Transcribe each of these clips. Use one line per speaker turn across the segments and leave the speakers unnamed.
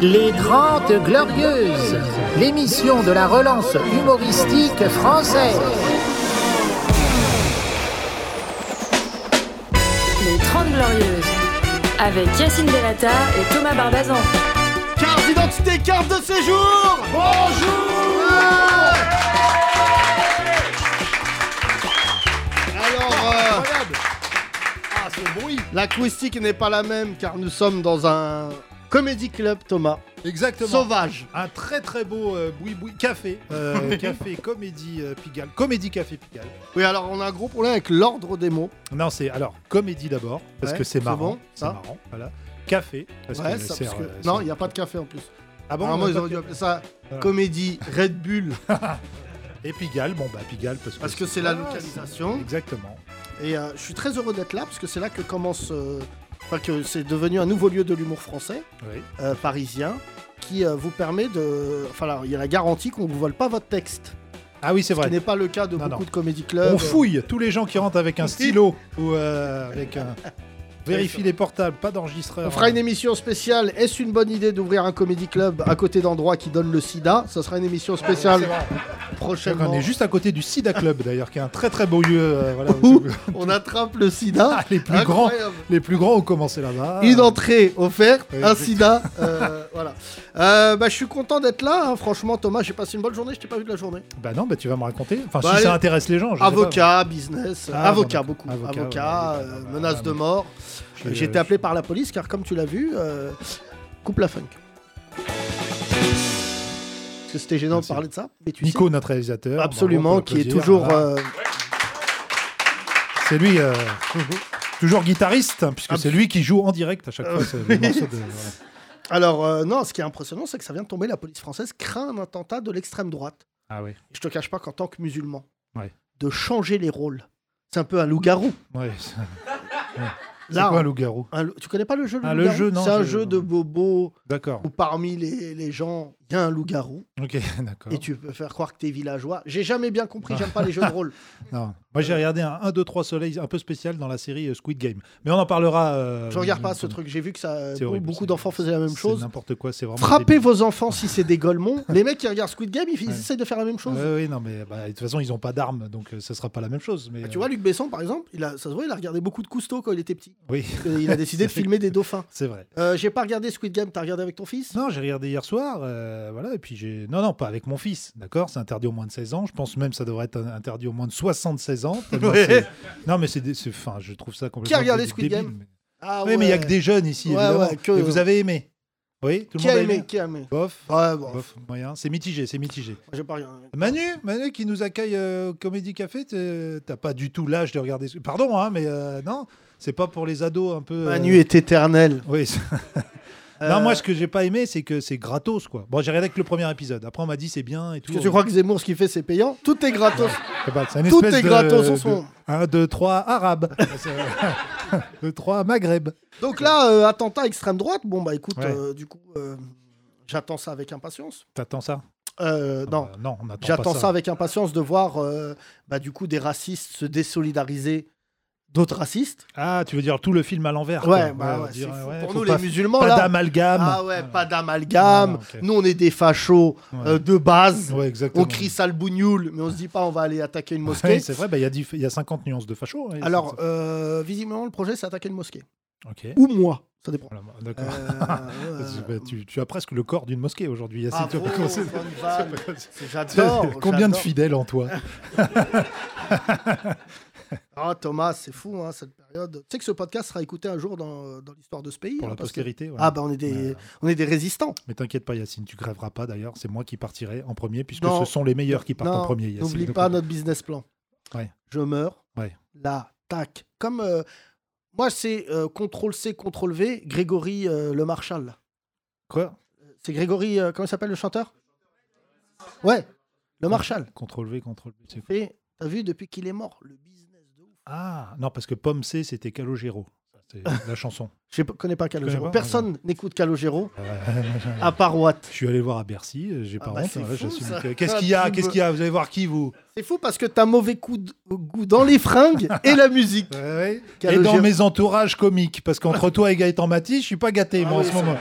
Les 30 Glorieuses, l'émission de la relance humoristique française.
Les 30 Glorieuses, avec Yacine Delata et Thomas Barbazan.
Carte d'identité, carte de séjour Bonjour Alors, euh,
Ah, ce bruit
l'acoustique n'est pas la même car nous sommes dans un comédie club, Thomas.
Exactement.
Sauvage.
Un très très beau euh, boui-boui café. euh, café Comédie euh, Pigalle. Comédie Café Pigalle.
Oui, alors on a un gros problème avec l'ordre des mots.
Non, c'est alors comédie d'abord, parce
Ouais,
que c'est
c'est
marrant.
bon,
c'est
ça.
marrant, voilà. Café, parce
Ouais,
que
ça,
c'est.
parce que-
euh,
Non,
c'est-
il n'y a pas de café en plus.
Ah bon,
Normalement,
on a
ils
pas
auraient dû
de-
appeler ça
Voilà.
comédie Red Bull
Et Pigalle, bon bah Pigalle, parce que.
parce que c'est la
Ah,
localisation.
Exactement.
Et euh, je suis très heureux d'être là parce que c'est là que commence. euh, Enfin, que c'est devenu un nouveau lieu de l'humour français,
Oui.
euh, parisien, qui euh, vous permet de. Enfin, alors, il y a la garantie qu'on ne vous vole pas votre texte.
Ah oui, c'est
Ce qui
vrai.
n'est pas le cas de
Non,
beaucoup
non.
de comédie clubs.
On fouille tous les gens qui rentrent avec un stylo ou euh, avec un. Vérifie les portables, pas d'enregistreur.
On fera une émission spéciale. Est-ce une bonne idée d'ouvrir un comédie club à côté d'endroits qui donnent le sida Ça sera une émission spéciale
Ah, C'est vrai.
prochainement.
On est juste à côté du Sida Club d'ailleurs, qui est un très très beau lieu. euh, voilà,
Ouh,
où-
On attrape le sida.
Ah, les plus grands,
Incroyable.
les plus grands ont commencé là-bas.
Une entrée offerte,
Oui,
un
je-
sida. euh, voilà. Euh, bah, je suis content d'être là. hein. Franchement, Thomas, j'ai passé une bonne journée. Je t'ai pas vu de la journée.
Bah non, bah tu vas me raconter. Enfin,
Bah,
si
allez.
ça intéresse les gens. je sais
Avocat, business,
Ah,
avocat
bon,
beaucoup,
avocat, bah,
avocat,
ouais, ouais,
euh,
ouais, ouais,
menace
ouais,
de
ouais.
mort.
pas. Je suis,
J'ai été
euh,
appelé par la police car, comme tu l'as vu, euh, coupe la funk. Parce que c'était gênant de
Merci.
parler de ça. Mais tu sais-
Nico, notre réalisateur.
Absolument,
bravo pour
qui
le
est
plaisir. Ah.
toujours.
Voilà.
euh,
C'est lui, euh,
Mhm.
toujours guitariste, hein, puisque
Abs-
c'est lui qui joue en direct à chaque
Euh,
fois. ce- le morceau de- voilà.
Alors, euh, non, ce qui est impressionnant, c'est que ça vient de tomber. La police française craint un attentat de l'extrême droite.
Ah oui.
Je te cache pas qu'en tant que musulman,
Ouais.
de changer les rôles, c'est un peu un loup-garou.
Ouais, c'est c'est
Là,
quoi, loup-garou
un loup- tu connais pas le jeu le
Ah, le
loup-garou
jeu, non,
C'est un
je-
jeu de bobo
D'accord.
où parmi les, les gens, il y a un loup-garou
Ok, d'accord.
et tu peux faire croire que t'es villageois. J'ai jamais bien compris, j'aime pas les jeux de rôle.
Non. Moi, j'ai regardé un 1, 2, 3 soleil un peu spécial dans la série euh, Squid Game. Mais on en parlera. euh,
Je regarde pas
euh,
ce truc. J'ai vu que ça,
C'est horrible,
beaucoup
c'est-
d'enfants faisaient la même
c'est
chose.
N'importe quoi, c'est vraiment.
Frappez
débile.
vos enfants si c'est des golemons. les mecs qui regardent Squid Game, ils, ils
Ouais.
essayent de faire la même chose.
Ouais, oui, non, mais bah, de toute façon, ils n'ont pas d'armes, donc euh, ça sera pas la même chose. Mais,
Bah, tu vois,
euh,
Luc Besson, par exemple, il a, ça se voit, il a regardé beaucoup de Cousteau quand il était petit.
Oui,
Et Il a décidé de filmer des dauphins.
c'est vrai.
Euh, J'ai pas regardé Squid Game, t'as regardé avec ton fils
Non, j'ai regardé hier soir, euh, voilà, et puis j'ai. Non, non, pas avec mon fils, d'accord C'est interdit au moins de 16 ans. Je pense même que ça devrait être interdit au moins de 76 ans. tellement
Ouais.
c'est- Non, mais c'est. des- c'est- Enfin, je trouve ça complètement.
Qui a regardé
dé-
Squid
débile,
Game
mais-
Ah
Oui, mais il y a que des jeunes ici,
Ouais,
évidemment.
ouais, que-
Et vous avez aimé Oui, tout le
Qui
monde
a aimé Ah, Qui a aimé
Bof,
Ouais, bon,
bof, moyen. C'est mitigé, c'est mitigé.
j'ai pas regardé.
Manu, Manu qui nous accueille euh, au Comédie Café, t'es- t'as pas du tout l'âge de regarder. ce- Pardon, hein, mais euh, non, c'est pas pour les ados un peu. euh,
Manu est éternel.
Oui. c'est-
Euh,
Non, moi, ce que j'ai pas aimé, c'est que c'est gratos, quoi. Bon, j'ai regardé que le premier épisode. Après, on m'a dit c'est bien et tout. hein.
Parce que tu crois que Zemmour, ce qu'il fait, c'est payant Tout est gratos.
Je sais pas, c'est une
tout
espèce
est
de-
gratos en
de-
ce moment.
Un, deux, trois arabes. euh, deux, trois maghreb.
Donc là, euh, attentat extrême droite. Bon, bah écoute,
Ouais.
euh, du coup, euh, j'attends ça avec impatience.
T'attends ça
Euh, non,
bah, non, on attend
j'attends
pas
ça.
ça.
avec impatience de voir, euh, bah, du coup, des racistes se désolidariser d'autres racistes.
Ah, tu veux dire tout le film à l'envers
Ouais,
quoi.
bah ouais,
on
c'est
dirait,
fou.
ouais,
pour
faut
nous,
pas,
les musulmans,
Pas
là.
d'amalgame.
Ah ouais, pas d'amalgame.
Voilà, ok.
Nous, on est des fachos euh,
Ouais.
de base.
Ouais, exactement.
on crie sale bougnoule, mais on se dit pas on va aller attaquer une mosquée.
Ouais, c'est vrai, bah, il y a dix- il y a 50 nuances de facho. ouais,
Alors,
c'est-
euh, visiblement, le projet, c'est attaquer une mosquée.
Ok.
Ou moi, ça dépend.
Voilà,
Euh,
D'accord.
euh,
Bah, tu, tu as presque le corps d'une mosquée aujourd'hui. Yacine,
bravo,
tu vois comment c'est-
bonne vanne. J'adore.
Combien de
j'adore.
fidèles en toi
Ah, Thomas, c'est fou, hein, cette période. Tu sais que ce podcast sera écouté un jour dans, dans l'histoire de ce pays.
pour
hein,
la
parce que-
postérité ouais.
Ah, bah, on est des,
Ouais.
on est des résistants.
Mais t'inquiète pas, Yacine, tu grèveras pas d'ailleurs. C'est moi qui partirai en premier, puisque
Non.
ce sont les meilleurs qui partent
Non,
en premier. Yacine.
N'oublie
Donc,
pas notre business plan.
Ouais.
Je meurs.
Ouais.
Là, tac. Comme. euh, moi, c'est euh, CTRL-C, CTRL-V, Grégory euh, Le Marchal. là.
Quoi
C'est Grégory, euh, comment il s'appelle le chanteur Ouais, le Marshall.
Contrôle V, contrôle V. c'est quoi
Et t'as vu depuis qu'il est mort, le business de ouf.
Ah, non, parce que Pomme C, c'était Calogero. Ça, C'est la chanson.
Je sais pas- connais pas Calogero.
Connais pas,
Personne n'écoute Calogero
Euh,
à part Watt.
je suis allé voir à Bercy, euh, j'ai
Ah
pas
bah,
honte.
c'est
hein,
fou,
j'assume
ça.
que- Qu'est-ce qu'il y
Ah,
a
tu
Qu'est-ce
me-
qu'il y a Vous allez voir qui, vous
C'est fou parce que t'as mauvais coup de- euh, goût dans les fringues et la musique.
Ouais, ouais. Et
Calogero.
dans mes entourages comiques, parce qu'entre toi et Gaëtan Matisse, je suis pas gâté,
Ah
moi,
oui,
en ce
ça-
moment.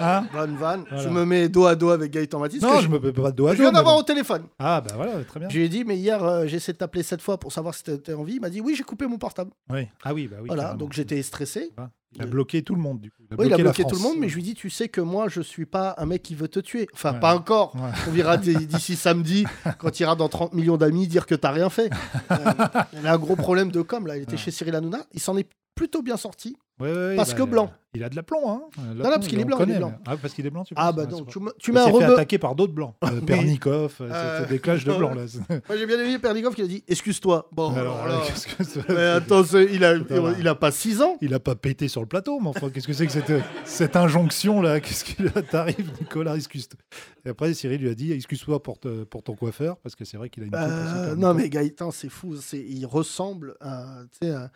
Hein
Bonne vanne.
Voilà.
Je me mets dos à dos avec Gaëtan Matisse.
non,
que
je me peux pas de doigt.
je viens d'avoir au téléphone.
Ah, bah voilà, très bien.
Je lui ai dit, mais hier, euh, j'ai essayé de t'appeler cette fois pour savoir si t'étais en vie. Il m'a dit, oui, j'ai coupé mon portable.
Oui. Ah oui, bah oui.
voilà,
carrément.
donc j'étais stressé.
Il a bloqué tout le monde, du coup.
Oui, il a
la
bloqué tout le
France.
monde, mais je lui dis, tu sais que moi, je suis pas un mec qui veut te tuer. Enfin,
Ouais.
pas encore.
Ouais.
On verra d- d'ici samedi, quand il ira dans 30 millions d'amis, dire que t'as rien fait. Euh, il a un gros problème de com, là. Il était
Ouais.
chez Cyril Hanouna. Il s'en est plutôt bien sorti.
Ouais, ouais, ouais,
Parce
bah,
que
il a-
blanc.
Il a de la plomb, hein. Il a de la
non,
plomb,
parce qu'il est
on
blanc, il est
connaît,
blanc.
mais- Ah, parce qu'il est blanc, tu
Ah
penses,
bah
ouais, c'est
non,
pas-
tu, me- tu
Il
mets un
s'est fait
rebeu.
attaquer par d'autres blancs. Euh,
Oui.
Pernikov, euh,
Euh,
c'était des clashs de
non,
blancs, là. c'est-
Moi, j'ai bien aimé Pernikov qui a dit, excuse-toi. Bon,
Alors,
alors
euh,
Oh, là-
qu'est-ce que c'est-
Mais attends, c'est- il a,
Putain.
il a pas 6 ans.
Il a pas pété sur le plateau, mais enfin, qu'est-ce que c'est que cette, cette injonction là Qu'est-ce qu'il t'arrive, Nicolas excuse Et après, Cyril lui a dit excuse-toi pour, te- pour ton coiffeur, parce que c'est vrai qu'il a une. coupe
Euh,
assez pernicole.
non, mais Gaëtan, c'est fou. c'est- Il ressemble à tu sais, un,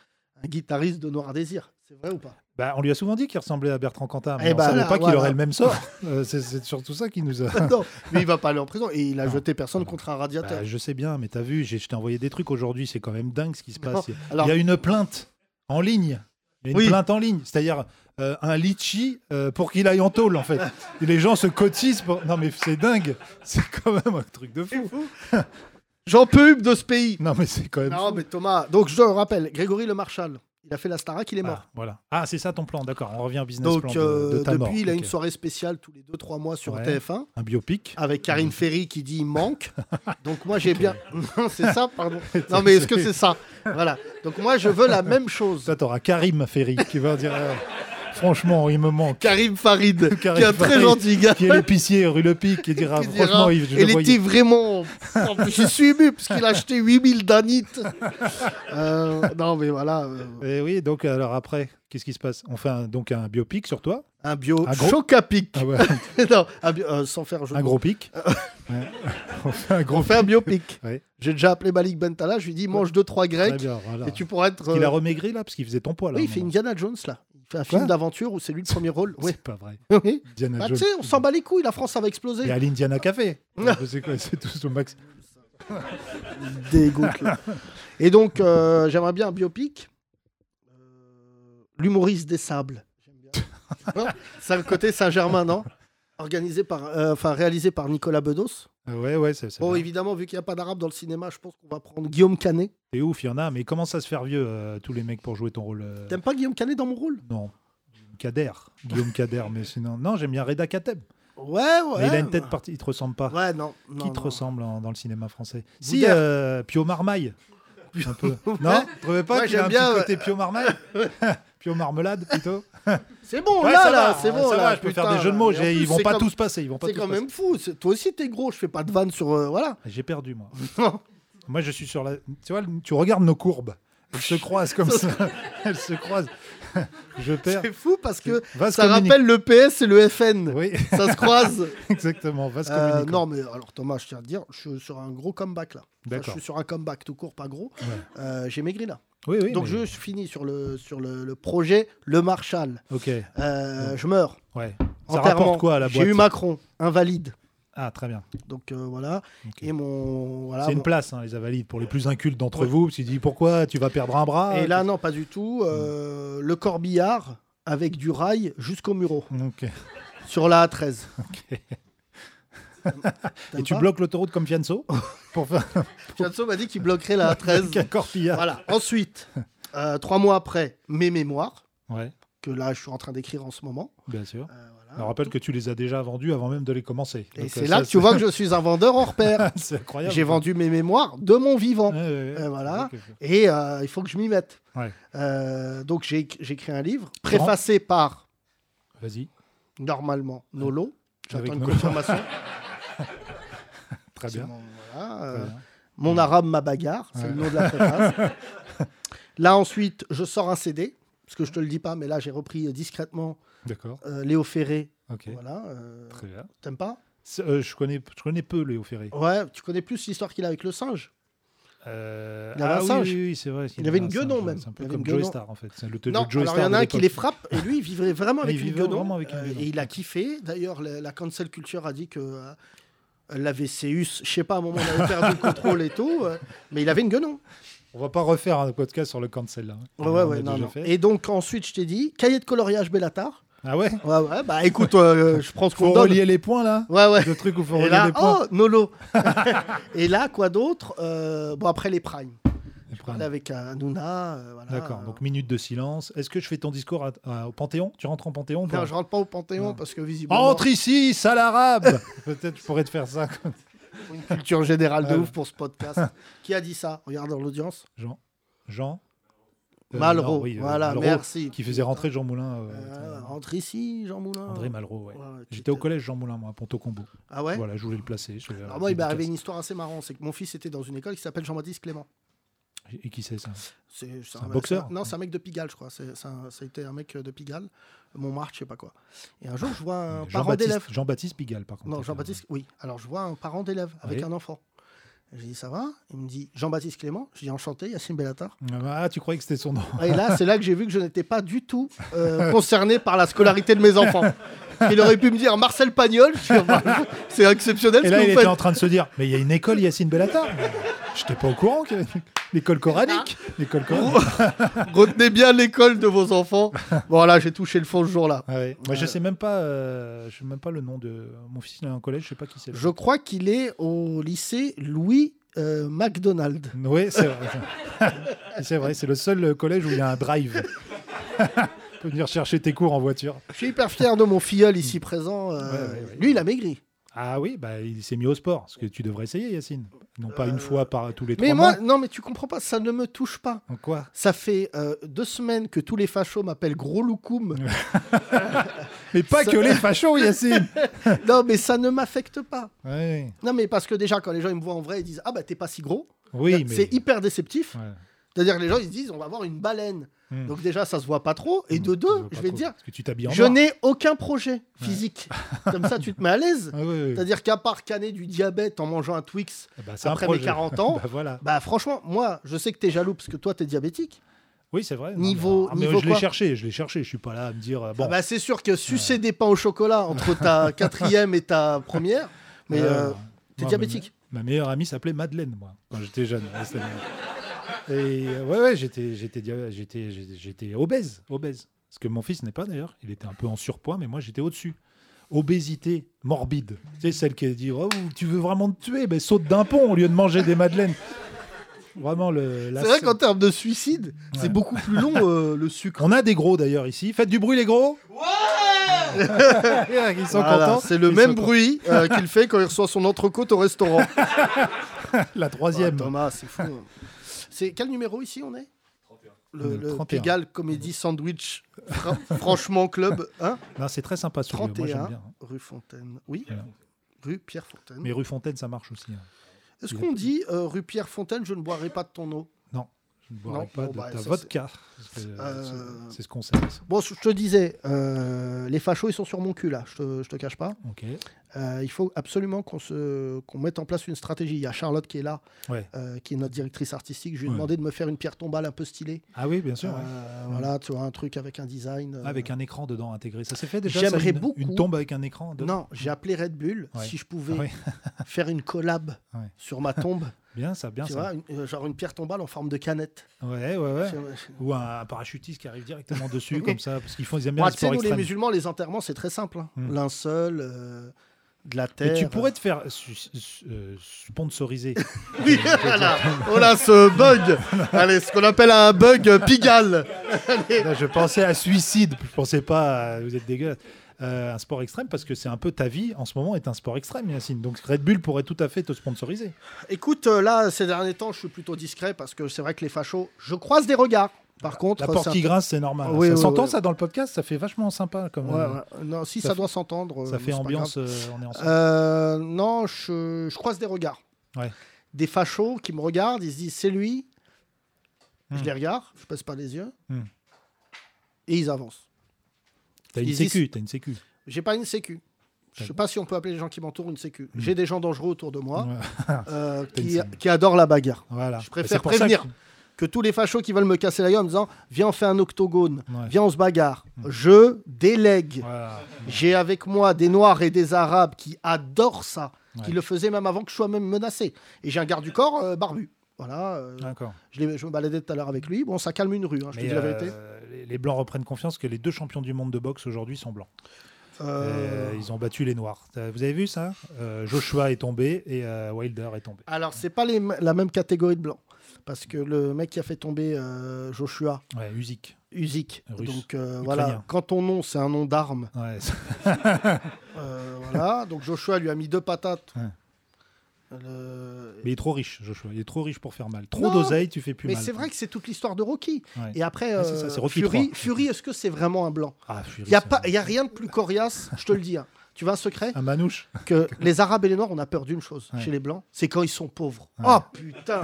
un guitariste de Noir Désir. C'est vrai ou pas
Bah, on lui a souvent dit qu'il ressemblait à Bertrand Quentin, mais
Eh
on
bah,
savait
là,
pas qu'il
voilà.
aurait le même sort. Euh, c'est, c'est surtout ça qui nous a.
Non, mais il va pas aller en prison. Et il a
Non.
jeté personne contre un radiateur.
Bah, je sais bien, mais t'as vu, j'ai, je t'ai envoyé des trucs aujourd'hui, c'est quand même dingue ce qui se passe. Il y a-
Alors-
Il y a une plainte en ligne. Il y a une
Oui.
plainte en ligne, c'est-à-dire euh, un litchi euh, pour qu'il aille en tôle en fait. Et les gens se cotisent pour. Non mais c'est dingue, c'est quand même un truc de fou.
J'en peux plus de ce pays.
Non mais c'est quand même.
Non,
fou.
mais Thomas. Donc, je le rappelle, Grégory Le Marchal, il a fait la Starac, il est mort.
Ah, voilà. Ah c'est ça ton plan, d'accord. On revient au business
Donc,
plan de,
euh,
de ta
depuis,
mort.
il a
Ok.
une soirée spéciale tous les 2-3 mois sur
Ouais.
TF1
Un biopic.
avec Karine Ferry qui dit il manque. Donc, moi, j'ai bien. Non, c'est ça, pardon. Non, mais est-ce que c'est ça Voilà. Donc, moi, je veux la même chose.
Ça t'auras Karim Ferry qui va dire. euh, Franchement, il me manque.
Karim Farid,
Karim
qui est un
Farid,
très gentil gars.
Qui est l'épicier rue Le Pic qui dira
qui dira,
franchement, Yves, je le
il
voyais.
était vraiment. En plus, Je suis ému parce qu'il a acheté 8000 danites. Euh, non, mais voilà. euh,
Et Eh oui, donc alors après, qu'est-ce qui se passe On fait un- donc un biopic sur toi.
un bio
Un gros-
chocapic.
Ah ouais,
non, un bio- euh, sans faire jeu de
un
mots.
gros pic. Ouais. On fait un gros
On fait un biopic.
Ouais.
J'ai déjà appelé Malik Bentala. Je lui dis mange 2-3
Très
grecs
bien, voilà.
et tu pourras être.
Il
euh,
a remaigri là parce qu'il faisait ton poids là.
Oui,
à
il
un
fait
moment.
Indiana Jones là. Il fait un
Quoi
film d'aventure où c'est lui le premier rôle. Oui.
C'est pas vrai.
oui.
Diana
Ah, tu
Jones.
sais, on s'en bat les couilles. La France, ça va exploser.
Et à l'Indiana Café.
Non.
c'est quoi C'est tout ce max.
dégoûte. là. Et donc, euh, j'aimerais bien un biopic. Euh, L'humoriste des sables. J'aime bien. Non C'est le côté Saint-Germain, non Organisé par, euh, enfin réalisé par Nicolas Bedos.
Ah Ouais, ouais, c'est c'est
Bon,
bien.
évidemment, vu qu'il n'y a pas d'arabe dans le cinéma, je pense qu'on va prendre Guillaume Canet.
C'est ouf, il y en a, mais comment ça se faire vieux, euh, tous les mecs, pour jouer ton rôle euh,
T'aimes pas Guillaume Canet dans mon rôle
Non. Kader. Guillaume Kader, mais sinon. Non, j'aime bien Reda Kateb.
Ouais, ouais.
Mais il a une tête partie, il te ressemble pas.
Ouais, non. non,
Qui te
non.
ressemble en- dans le cinéma français Si,
Boudère.
euh, Pio Marmaille. Un peu. Non Vous trouvez pas
Moi,
qu'il a
j'aime
un
bien,
petit
ouais.
côté Pio Marmaille Pio Marmelade, plutôt
C'est bon, Oh
Ouais,
là,
ça
là,
va,
c'est bon.
ça
là,
va, je peux faire
putain,
des jeux de
là.
mots.
Et en
j'ai-
plus,
Ils vont
c'est
pas
comme-
tous passer. Ils vont pas
C'est
tous
quand
passer.
même fou. C'est- Toi aussi, t'es gros. Je fais pas de vanne sur. euh, voilà.
J'ai perdu, moi. moi, je suis sur la. Tu vois, tu regardes nos courbes. Elles se croisent comme ça. Elles se croisent. je perds.
C'est fou parce que
Va se
ça
communiquer.
rappelle le PS et le FN.
Oui,
Ça se croise.
exactement. Va se
Euh,
communiquer.
non, mais alors Thomas, je tiens à te dire, je suis sur un gros comeback là. Enfin,
D'accord.
je suis sur un comeback tout court, pas gros. Euh, J'ai maigri là.
Oui, oui.
Donc
mais-
je finis sur le, sur le, le projet Le Marshall.
Ok.
Euh, Je meurs.
Ouais. Ça
Enterrement.
rapporte quoi à la
J'ai
boîte
eu Macron, invalide.
Ah, très bien.
Donc euh, voilà.
Ok.
Et mon. Voilà,
C'est
mon-
une place, hein, les invalides. Pour les plus incultes d'entre vous, tu dis pourquoi tu vas perdre un bras
Ah, Et là, non, pas du tout.
Hmm.
Euh, Le corbillard avec du rail jusqu'au Muro,
Ok.
sur la A13.
Et tu bloques l'autoroute comme Fianso pour faire
Fianso m'a dit qu'il bloquerait la A13.
un corpillard.
voilà. Ensuite, euh, trois mois après, mes mémoires,
Ouais,
que là, je suis en train d'écrire en ce moment.
bien sûr.
Euh, voilà.
On rappelle que tu les as déjà vendus avant même de les commencer.
Et
Donc,
c'est
euh,
là
ça,
que tu vois que je suis un vendeur hors pair.
C'est incroyable.
J'ai vendu mes mémoires de mon vivant.
Ouais, ouais, ouais.
Euh, voilà.
Ok, ok.
Et euh, il faut que je m'y mette.
Ouais.
Euh, donc j'ai j'ai écrit un livre préfacé par,
Vas-y.
normalement, Nolo. J'attends
Eric
une
Nolot.
confirmation.
Très
C'est
bien.
Mon, voilà, euh,
Très bien.
Mon arabe, ma bagarre. C'est le nom de la préface. là, ensuite, je sors un CD. Parce que je te le dis pas, mais là, j'ai repris euh, discrètement
D'accord.
euh, Léo Ferré.
Ok.
Voilà. euh,
Très bien.
T'aimes pas
C'est- euh, je, connais, je connais peu Léo Ferré.
Ouais, tu connais plus l'histoire qu'il a avec le singe.
Euh,
Il avait
ah
un
oui,
singe.
oui, oui, c'est vrai.
Il avait
un
une
singe,
guenon,
ouais.
même.
C'est un
Il
peu
avait
comme
une
Joey
guenon.
Star en fait. C'est le le
Non, alors il
Joey
y
Star
en
de
a un qui les
l'époque.
frappe et lui il vivrait vraiment
Il
avec une
vivait
guenon.
vraiment avec une
euh,
guenon.
et il a kiffé. D'ailleurs, la, la cancel culture a dit que euh, la VCUS, je sais pas, à un moment on avait perdu le contrôle et tout, euh, mais il avait une guenon.
On va pas refaire un podcast sur le cancel là.
Ouais,
Ah, On
ouais,
l'a
ouais, non,
déjà
non.
fait.
Et donc ensuite je t'ai dit, cahier de coloriage Bellatar,
Ah ouais
Ouais, ouais, bah écoute, euh, je prends ce qu'on
Faut
me donne.
relier les points là
Ouais, ouais.
Le truc où faut
Et
relier
là,
les points.
oh, Nolo. et là, quoi d'autre Euh, Bon, après les primes.
Les
On
primes.
est avec un Hanouna. euh, voilà.
D'accord, donc minute de silence. Est-ce que je fais ton discours à- à- au Panthéon Tu rentres en Panthéon toi
Non, je rentre pas au Panthéon
Non.
parce que visiblement,
Entre ici, sale arabe Peut-être je pourrais te faire ça. quoi.
une culture générale de
Ouais.
ouf pour ce podcast. Qui a dit ça Regarde dans l'audience.
Jean Jean Euh,
Malraux.
non, oui, euh,
voilà,
Malraux,
merci.
Qui faisait rentrer Jean Moulin. euh,
Euh,
euh,
rentre ici, Jean Moulin.
André Malraux, ouais.
Ouais, ouais, tu
J'étais au
t'es-
collège Jean Moulin, moi, à Ponto Combo.
Ah ouais
Voilà, je voulais le placer. je-
Alors moi, il m'est arrivé une histoire assez marrante. C'est que mon fils était dans une école qui s'appelle Jean-Baptiste Clément.
Et qui c'est ça
C'est c'est
un boxeur
c'est un- Non, c'est un mec de Pigalle, je crois. C'est c'est un- ça a été un mec euh, de Pigalle, Montmartre, je sais pas quoi. Et un jour, je vois un parent d'élève.
Euh, Jean-Baptiste Jean-Baptiste Pigalle, par contre.
Non, Jean-Baptiste, oui. Alors, je vois un parent d'élève avec
Oui.
un enfant. J'ai dit, ça va Il me dit, Jean-Baptiste Clément. J'ai dit, enchanté, Yacine Bellatar.
Ah, tu croyais que c'était son nom
Et là, c'est là que j'ai vu que je n'étais pas du tout euh, concerné par la scolarité de mes enfants. Il aurait pu me dire Marcel Pagnol. Je suis- C'est exceptionnel
Et
ce
là,
que
il
vous
était
faites.
en train de se dire Mais il y a une école Yacine Bellatar J'étais pas au courant qu'il y avait une- l'école coranique
Hein
L'école coranique
Retenez bien l'école de vos enfants. Voilà, j'ai touché le fond ce jour-là.
Ah ouais. Moi, je sais même pas, euh, je sais même pas le nom de. Mon fils, il est en collège, je sais pas qui c'est.
Je crois qu'il est au lycée Louis euh, McDonald.
Oui, c'est vrai. c'est vrai, c'est le seul euh, collège où il y a un drive. tu peux venir chercher tes cours en voiture.
Je suis hyper fier de mon filleul ici présent. euh,
Ouais, ouais, ouais.
Lui, il a maigri.
Ah oui, bah, il s'est mis au sport, ce que tu devrais essayer, Yacine. Non pas une fois par tous les
Euh, Mais
trois
moi,
mois.
non, mais tu comprends pas, ça ne me touche pas.
En quoi
Ça fait euh, deux semaines que tous les fachos m'appellent gros loukoum.
Mais pas
Ça-
que les fachos, Yacine
non, mais ça ne m'affecte pas.
Ouais.
Non, mais parce que déjà, quand les gens ils me voient en vrai, ils disent Ah, bah t'es pas si gros.
Oui, mais.
C'est hyper déceptif.
Ouais.
C'est-à-dire que les gens ils se disent On va voir une baleine.
Hmm.
Donc déjà, ça se voit pas trop. Et
Hmm,
de
ça se
deux,
voit
je
pas
vais te
trop,
dire
Parce que tu t'habilles en
Je
noir.
n'ai aucun projet physique. Comme ça, tu te mets à l'aise.
Ah oui, oui, oui.
C'est-à-dire qu'à part canner du diabète en mangeant un Twix,
Ah bah, c'est un
après mes
projet.
40 ans,
Bah, voilà.
bah franchement, moi, je sais que t'es jaloux parce que toi, t'es diabétique.
Oui, c'est vrai.
Niveau-
mais, ah, mais
niveau
je l'ai
quoi
cherché, je l'ai cherché. Je suis pas là à me dire euh, bon.
Ah bah, c'est sûr que sucer des pains au chocolat entre ta quatrième et ta première, mais euh,
euh, moi,
t'es
ma-
diabétique.
Ma, meilleure amie s'appelait Madeleine, moi, quand j'étais jeune. Ouais, c'était- Et euh, ouais, ouais, j'étais, j'étais, dia- j'étais, j'étais- j'étais obèse, obèse. Parce que mon fils n'est pas d'ailleurs. Il était un peu en surpoids, mais moi j'étais au-dessus. Obésité morbide. Tu sais, celle qui dit oh, Tu veux vraiment te tuer ben, Saute d'un pont au lieu de manger des madeleines. Vraiment, le. la
c'est vrai
seule-
qu'en termes de suicide, c'est
Ouais.
beaucoup plus long euh, le sucre.
On a des gros d'ailleurs ici. Faites du bruit, les gros Ouais Ils sont
Voilà,
contents.
c'est le
Ils
même
sont
bruit euh, qu'il fait quand il reçoit son entrecôte au restaurant.
contents. La
Ah,
troisième.
Thomas, c'est fou. hein. C'est quel numéro ici on est le,
Le
le
31.
Pigalle Comédie Sandwich, Fra- franchement club, hein
Non, c'est très sympa celui-là. Moi, j'aime
31,
bien.
rue Fontaine. Oui,
Voilà.
rue Pierre Fontaine.
Mais rue Fontaine, ça marche aussi. hein.
Est-ce qu'on dit euh, rue Pierre Fontaine, je ne boirai pas de ton eau
Je ne boirai
Non,
pas
bon,
de
bah,
ta
ça,
vodka. parce que, euh,
Euh,
C'est ce qu'on sait. ça.
Bon, je te disais, euh, les fachos, ils sont sur mon cul, là, je te, je te cache pas.
Ok.
Euh, il faut absolument qu'on se, qu'on mette en place une stratégie. Il y a Charlotte qui est là,
Ouais.
euh, qui est notre directrice artistique. Je lui ai
Ouais.
demandé de me faire une pierre tombale un peu stylée.
Ah oui, bien sûr. ouais.
Euh, Voilà, tu vois, un truc avec un design. euh,
Avec un écran dedans intégré. Ça s'est fait déjà
J'aimerais
ça, une,
beaucoup-
Une tombe avec un écran dedans
Non, j'ai appelé Red Bull
Ouais.
si je pouvais
Ah ouais.
faire une collab
Ouais.
sur ma tombe.
Bien ça, bien
tu
ça.
vois, une- euh, genre une pierre tombale en forme de canette.
Ouais, ouais, ouais.
Tu vois,
Ou un, un parachutiste qui arrive directement dessus,
Oui.
comme ça. Parce qu'ils font, ils aiment bien
Moi,
les
tu sais,
sports
nous, les
extrêmes.
musulmans, les enterrements, c'est très simple. hein.
Hmm.
Linceul, euh, de la terre.
Mais tu pourrais te faire su- su- euh, sponsoriser.
Oui, voilà. Oh là, ce bug. Allez, ce qu'on appelle un bug euh, Pigalle.
Là, je pensais à suicide, je pensais pas à vous êtes dégueulasse. Euh, un sport extrême parce que c'est un peu ta vie en ce moment est un sport extrême, Yacine. Donc Red Bull pourrait tout à fait te sponsoriser.
Écoute, euh, là, ces derniers temps, je suis plutôt discret parce que c'est vrai que les fachos, je croise des regards. Par contre,
La
ça-
porte qui grince, c'est normal. hein.
Oui,
ça
oui,
s'entend
oui.
ça dans le podcast, ça fait vachement sympa comme.
Ouais,
euh,
ouais. Non, si ça,
ça fait-
doit s'entendre. euh,
Ça fait
c'est pas
ambiance, euh, on est
grave.
ensemble.
Euh, non, je, je croise des regards.
Ouais.
Des fachos qui me regardent, ils se disent c'est lui. Je
Hmm.
les regarde, je passe pas les yeux.
Hmm.
Et ils avancent.
T'as une
Ah, ils
sécu, t'as une sécu.
J'ai pas une sécu. Je sais pas si on peut appeler les gens qui m'entourent une sécu. J'ai des gens dangereux autour de moi
Hmm. Ouais,
euh,
une
qui,
sécu.
qui adorent la bagarre.
Voilà.
Je
C'est
préfère
pour ça que-
prévenir que... tous les fachos qui veulent me casser la gueule en me disant Viens, on fait un octogone,
Ouais.
viens, on se bagarre. Je délègue.
Voilà.
J'ai avec moi des Noirs et des Arabes qui adorent ça, qui
Ouais.
le faisaient même avant que je sois même menacé. Et j'ai un garde du corps euh, barbu. Voilà, euh,
D'accord.
je, l'ai- je me baladais tout à l'heure avec lui. Bon, ça calme une rue, hein, je te
Mais,
dis la vérité.
euh, les- les, les Blancs reprennent confiance que les deux champions du monde de boxe aujourd'hui sont Blancs. Euh,
Euh,
ils ont battu les Noirs. Euh, Vous avez vu ça Euh, Joshua est tombé et euh, Wilder est tombé.
Alors, c'est pas les m- la même catégorie de blanc. Parce que le mec qui a fait tomber euh, Joshua,
Ouais, Usyk.
Usyk.
Russe.
Donc euh, voilà,
Ukrainien.
quand ton nom, c'est un nom d'arme.
Ouais, ça-
euh, voilà, donc Joshua lui a mis deux patates.
Ouais.
Le-
Mais il est trop riche, Joshua. Il est trop riche pour faire mal. Trop
Non,
d'oseille, tu fais plus
Mais
mal.
c'est vrai que c'est toute l'histoire de Rocky.
Ouais.
Et après,
Ouais, c'est ça,
euh,
c'est Rocky
Fury,
III.
Fury, est-ce que c'est vraiment un blanc
Ah,
Il
Fury,
n'y a,
c'est
pas-
un-
y a rien de plus coriace, je te le dis. hein. Tu veux un secret
Un manouche.
Que les Arabes et les Noirs, on a peur d'une chose
Ouais.
chez les Blancs, c'est quand ils sont pauvres.
Ouais.
Oh putain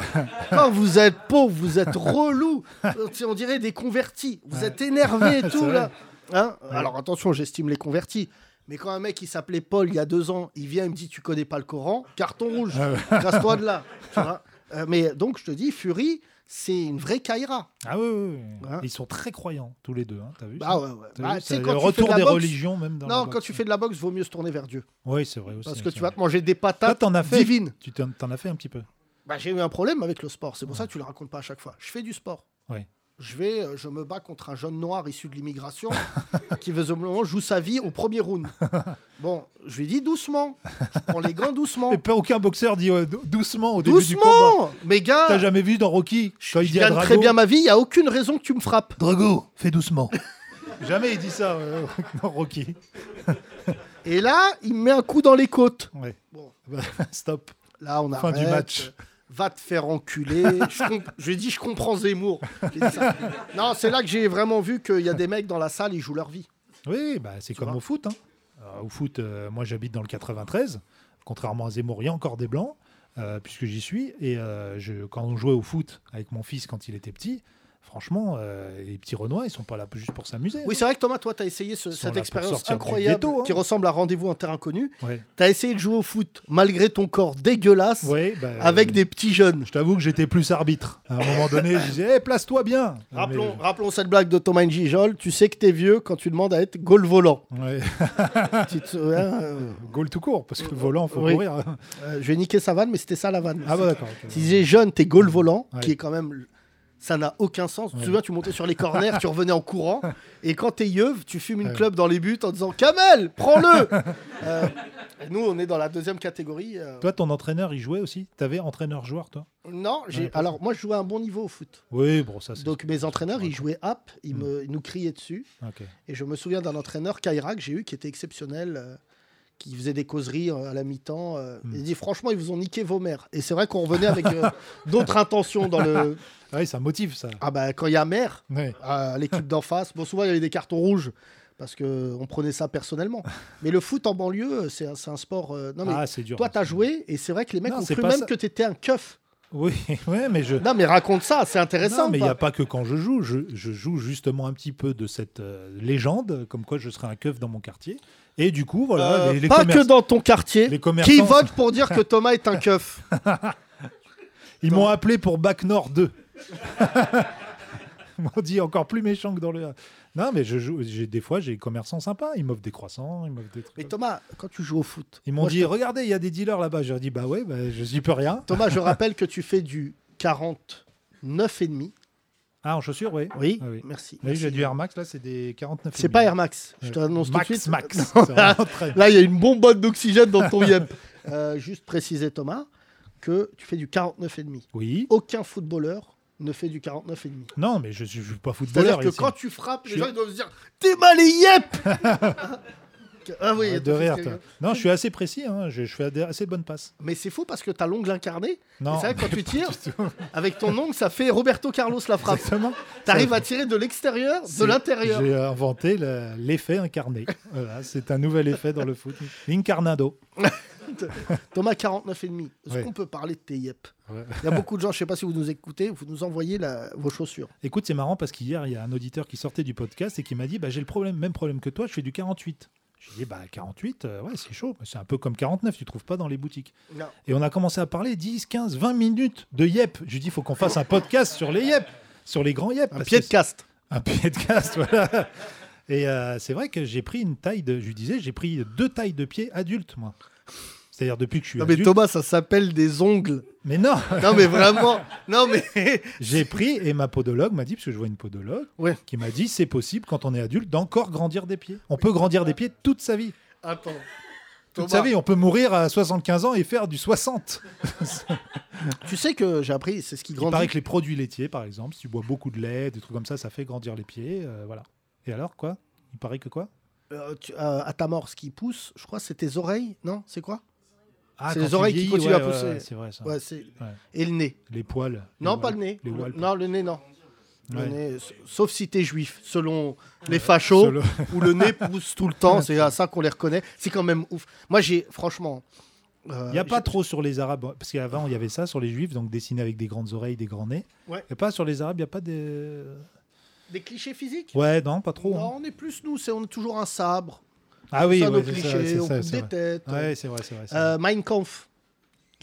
Quand vous êtes pauvre, vous êtes relou On dirait des convertis. Vous êtes énervés et
C'est
tout,
vrai.
là. Hein Alors attention, j'estime les convertis. Mais quand un mec qui s'appelait Paul il y a deux ans, il vient et me dit Tu connais pas le Coran, carton rouge,
Ah ouais.
casse-toi de là. Tu vois Euh, mais donc, je te dis, Fury, c'est une vraie Kaira.
Ah oui, oui, oui.
Hein
Ils sont très croyants, tous les deux. hein. T'as vu
Bah
ça
ouais, ouais.
T'as
Bah,
vu
tu
ça
sais,
Le
quand tu fais
retour
de la
des
boxe-
religions, même dans euh.
Non, quand tu fais de la boxe, vaut mieux se tourner vers Dieu.
Oui, c'est vrai aussi.
Parce que
c'est
tu vas
vrai.
te manger des
Toi,
patates
t'en as fait.
divines.
Tu t'en t'en as fait un petit peu.
Bah, j'ai eu un problème avec le sport, c'est pour ça que tu le racontes pas à chaque fois. Je fais du sport.
Ouais.
Je vais, euh, je me bats contre un jeune noir issu de l'immigration qui visiblement joue sa vie au premier round. Bon, je lui dis doucement, je prends les gants doucement,
Et pas aucun boxeur dit euh, dou- doucement au début du combat.
Oh. doucement, mes gars.
T'as jamais vu dans Rocky quand il
Je
dit à
gagne
Drago
très bien ma vie, il y a aucune raison que tu me frappes.
Drago, fais doucement. jamais il dit ça euh, dans Rocky.
Et là, il me met un coup dans les côtes.
Ouais.
Bon.
Bah, Stop.
Là, on a
Fin du match.
Va te faire enculer. je, comp- je lui ai dit, je comprends Zemmour. J'ai dit ça. Non, c'est là que j'ai vraiment vu qu'il y a des mecs dans la salle, ils jouent leur vie.
Oui, bah, c'est comme
vois
au foot. hein. Euh, au foot, euh, moi j'habite dans le 93. Contrairement à Zemmour, il y a encore des blancs, euh, puisque j'y suis. Et euh, je, quand on jouait au foot avec mon fils quand il était petit, franchement, euh, les petits Renois, ils sont pas là juste pour s'amuser. hein.
Oui, c'est vrai que Thomas, toi, tu as essayé ce-
Ils sont
cette
là pour
expérience
sortir du
incroyable
ghetto, hein.
qui ressemble à rendez-vous en terrain inconnu.
hein. Ouais.
Tu as essayé de jouer au foot malgré ton corps dégueulasse
Ouais, bah,
avec
euh,
des petits jeunes.
Je t'avoue que j'étais plus arbitre. À un moment donné, je disais, Eh, place-toi bien. Euh,
Rappelons,
Mais-
rappelons cette blague de Thomas Njijol. Tu sais que t'es vieux quand tu demandes à être goal volant.
Ouais. Ah.
Tu te souviens, euh,
Goal tout court, parce que volant, faut
Oui.
courir.
euh, je vais niquer sa vanne, mais c'était ça la vanne.
Ah bah d'accord.
Si j'ai jeune, t'es goal volant,
Ouais.
qui est quand même. Ça n'a aucun sens. Tu te
Ouais.
souviens, tu montais sur les corners, tu revenais en courant. Et quand t'es yeuve, tu fumes une
Ouais.
clope dans les buts en disant Kamel, prends-le Euh, et Nous, on est dans la deuxième catégorie. euh,
Toi, ton entraîneur, il jouait aussi T'avais entraîneur-joueur, toi
Non, j'ai.
Ouais, pas
alors moi je jouais à un bon niveau au foot.
Oui, bon, ça c'est.
Donc mes entraîneurs, ils jouaient app, ils,
Mm.
me, ils nous criaient dessus.
Ok.
Et je me souviens d'un entraîneur, Kaira, que j'ai eu, qui était exceptionnel, euh, qui faisait des causeries euh, à la mi-temps. euh,
Mm.
Il dit franchement, ils vous ont niqué vos mères. Et c'est vrai qu'on revenait avec euh, d'autres intentions dans le.
Ah oui, ça motive, ça.
Ah bah quand il y a mère,
Ouais.
à l'équipe d'en face. Bon, souvent, il y avait des cartons rouges parce qu'on prenait ça personnellement. Mais le foot en banlieue, c'est un, c'est un sport. euh, Non, mais
Ah, c'est dur.
toi, t'as joué et c'est vrai que les mecs
Non,
ont
c'est
cru
pas
même
ça.
que t'étais un keuf.
Oui, ouais, mais je.
Non, mais raconte ça, c'est
Non,
intéressant.
mais il
pas
n'y a pas que quand je joue. Je, je joue justement un petit peu de cette euh, légende, comme quoi je serai un keuf dans mon quartier. Et du coup, voilà,
Euh,
Oh les, les
pas
commerces-
que dans ton quartier.
les
Qui
commerçants,
vote pour dire que Thomas est un keuf
ils m'ont appelé pour Bac Nord 2. Ils m'ont dit encore plus méchant que dans le. Non, mais je joue. j'ai- Des fois, j'ai des commerçants sympas. Ils m'offrent des croissants, ils m'offrent des trucs.
Mais
comme
Thomas, quand tu joues au foot,
ça. Ils m'ont dit, regardez, il y a des dealers là-bas. J'ai dit, bah ouais, bah, je n'y peux rien.
Thomas, je rappelle que tu fais du 49,5.
Ah, en chaussures, oui.
Oui,
Ah oui.
merci.
Oui, j'ai du Air Max là, c'est des 49.
C'est pas Air Max, je te l'annonce tout de
Max,
suite.
Max. C'est vraiment très-
Là, il y a une bonbonne d'oxygène dans ton yep. Euh, juste préciser, Thomas, que tu fais du 49,5.
Oui.
Aucun footballeur ne fait du 49,5.
Non, mais je ne suis pas
C'est-à-dire
footballeur.
que
ici.
quand tu frappes, les
Je-
gens ils doivent se dire T'es mal et yep Ah oui,
Arrête de rire, toi. Non, je suis assez précis. hein, Je, je fais des- assez bonnes passes.
Mais c'est faux parce que t'as l'ongle incarné.
Non.
C'est vrai que quand tu tires,
du tout.
avec ton ongle, ça fait Roberto Carlos la frappe.
Exactement.
T'arrives à tirer de l'extérieur, de
C'est-
l'intérieur.
J'ai inventé le- l'effet incarné. Voilà, c'est un nouvel effet dans le foot. L'incarnado.
Thomas, 49,5. Est-ce
Ouais.
qu'on peut parler de tes yep
Ouais.
Il y a beaucoup de gens, je sais pas si vous nous écoutez, vous nous envoyez la- vos chaussures.
Écoute, c'est marrant parce qu'hier, il y a un auditeur qui sortait du podcast et qui m'a dit bah, J'ai le problème, même problème que toi, je fais du 48. J'ai dit bah, 48, euh, ouais, c'est chaud. mais C'est un peu comme 49, tu trouves pas dans les boutiques.
Non.
Et on a commencé à parler 10, 15, 20 minutes de yep. Je lui dis, il faut qu'on fasse un podcast sur les yep, sur les grands yep.
Un
parce
pied de
que
caste.
c'est- Un pied de casse, voilà. Et euh, c'est vrai que j'ai pris une taille de. Je lui disais, j'ai pris deux tailles de pied adultes, moi. C'est-à-dire depuis que je suis
Non, mais
adulte.
Thomas, ça s'appelle des ongles.
Mais non,
Non, mais vraiment. Non, mais.
j'ai pris et ma podologue m'a dit, parce que je vois une podologue,
Ouais.
qui m'a dit c'est possible quand on est adulte d'encore grandir des pieds. On peut grandir des pieds toute sa vie.
Attends. Thomas.
Toute sa vie, on peut mourir à 75 ans et faire du 60.
Tu sais que j'ai appris, c'est ce qui
Il
grandit.
paraît que les produits laitiers, par exemple, si tu bois beaucoup de lait, des trucs comme ça, ça fait grandir les pieds. euh, voilà. Et alors, quoi Il paraît que quoi
Euh, tu- euh, à ta mort, ce qui pousse, je crois, c'est tes oreilles, non C'est quoi
ah,
C'est
quand
les
tu
oreilles qui
vieillis,
continuent
ouais,
à pousser.
ouais, ouais, c'est vrai, ça.
ouais, c'est...
Ouais.
Et le nez.
Les poils.
Non,
les
pas
walpes.
le nez.
Les walpes.
non, le nez, non. Le
Ouais.
nez, s- sauf si t'es juif, selon les fachos,
Solo.
où le nez pousse tout le temps. C'est à ça qu'on les reconnaît. C'est quand même ouf. Moi, j'ai, franchement. euh,
Il n'y a pas
j'ai-
trop sur les Arabes, parce qu'avant il y avait ça sur les Juifs, donc dessiné avec des grandes oreilles, des grands nez.
Ouais.
Et pas sur les Arabes, il n'y a pas des.
Des clichés physiques
Ouais, non, pas trop. hein.
Non, on est plus nous, c'est on est toujours un sabre.
Ah oui,
ça,
ouais,
nos
c'est ça,
clichés,
c'est
on
ça,
coupe
c'est
des
vrai.
têtes.
Ouais, c'est vrai, c'est vrai. c'est
Euh, Mein Kampf.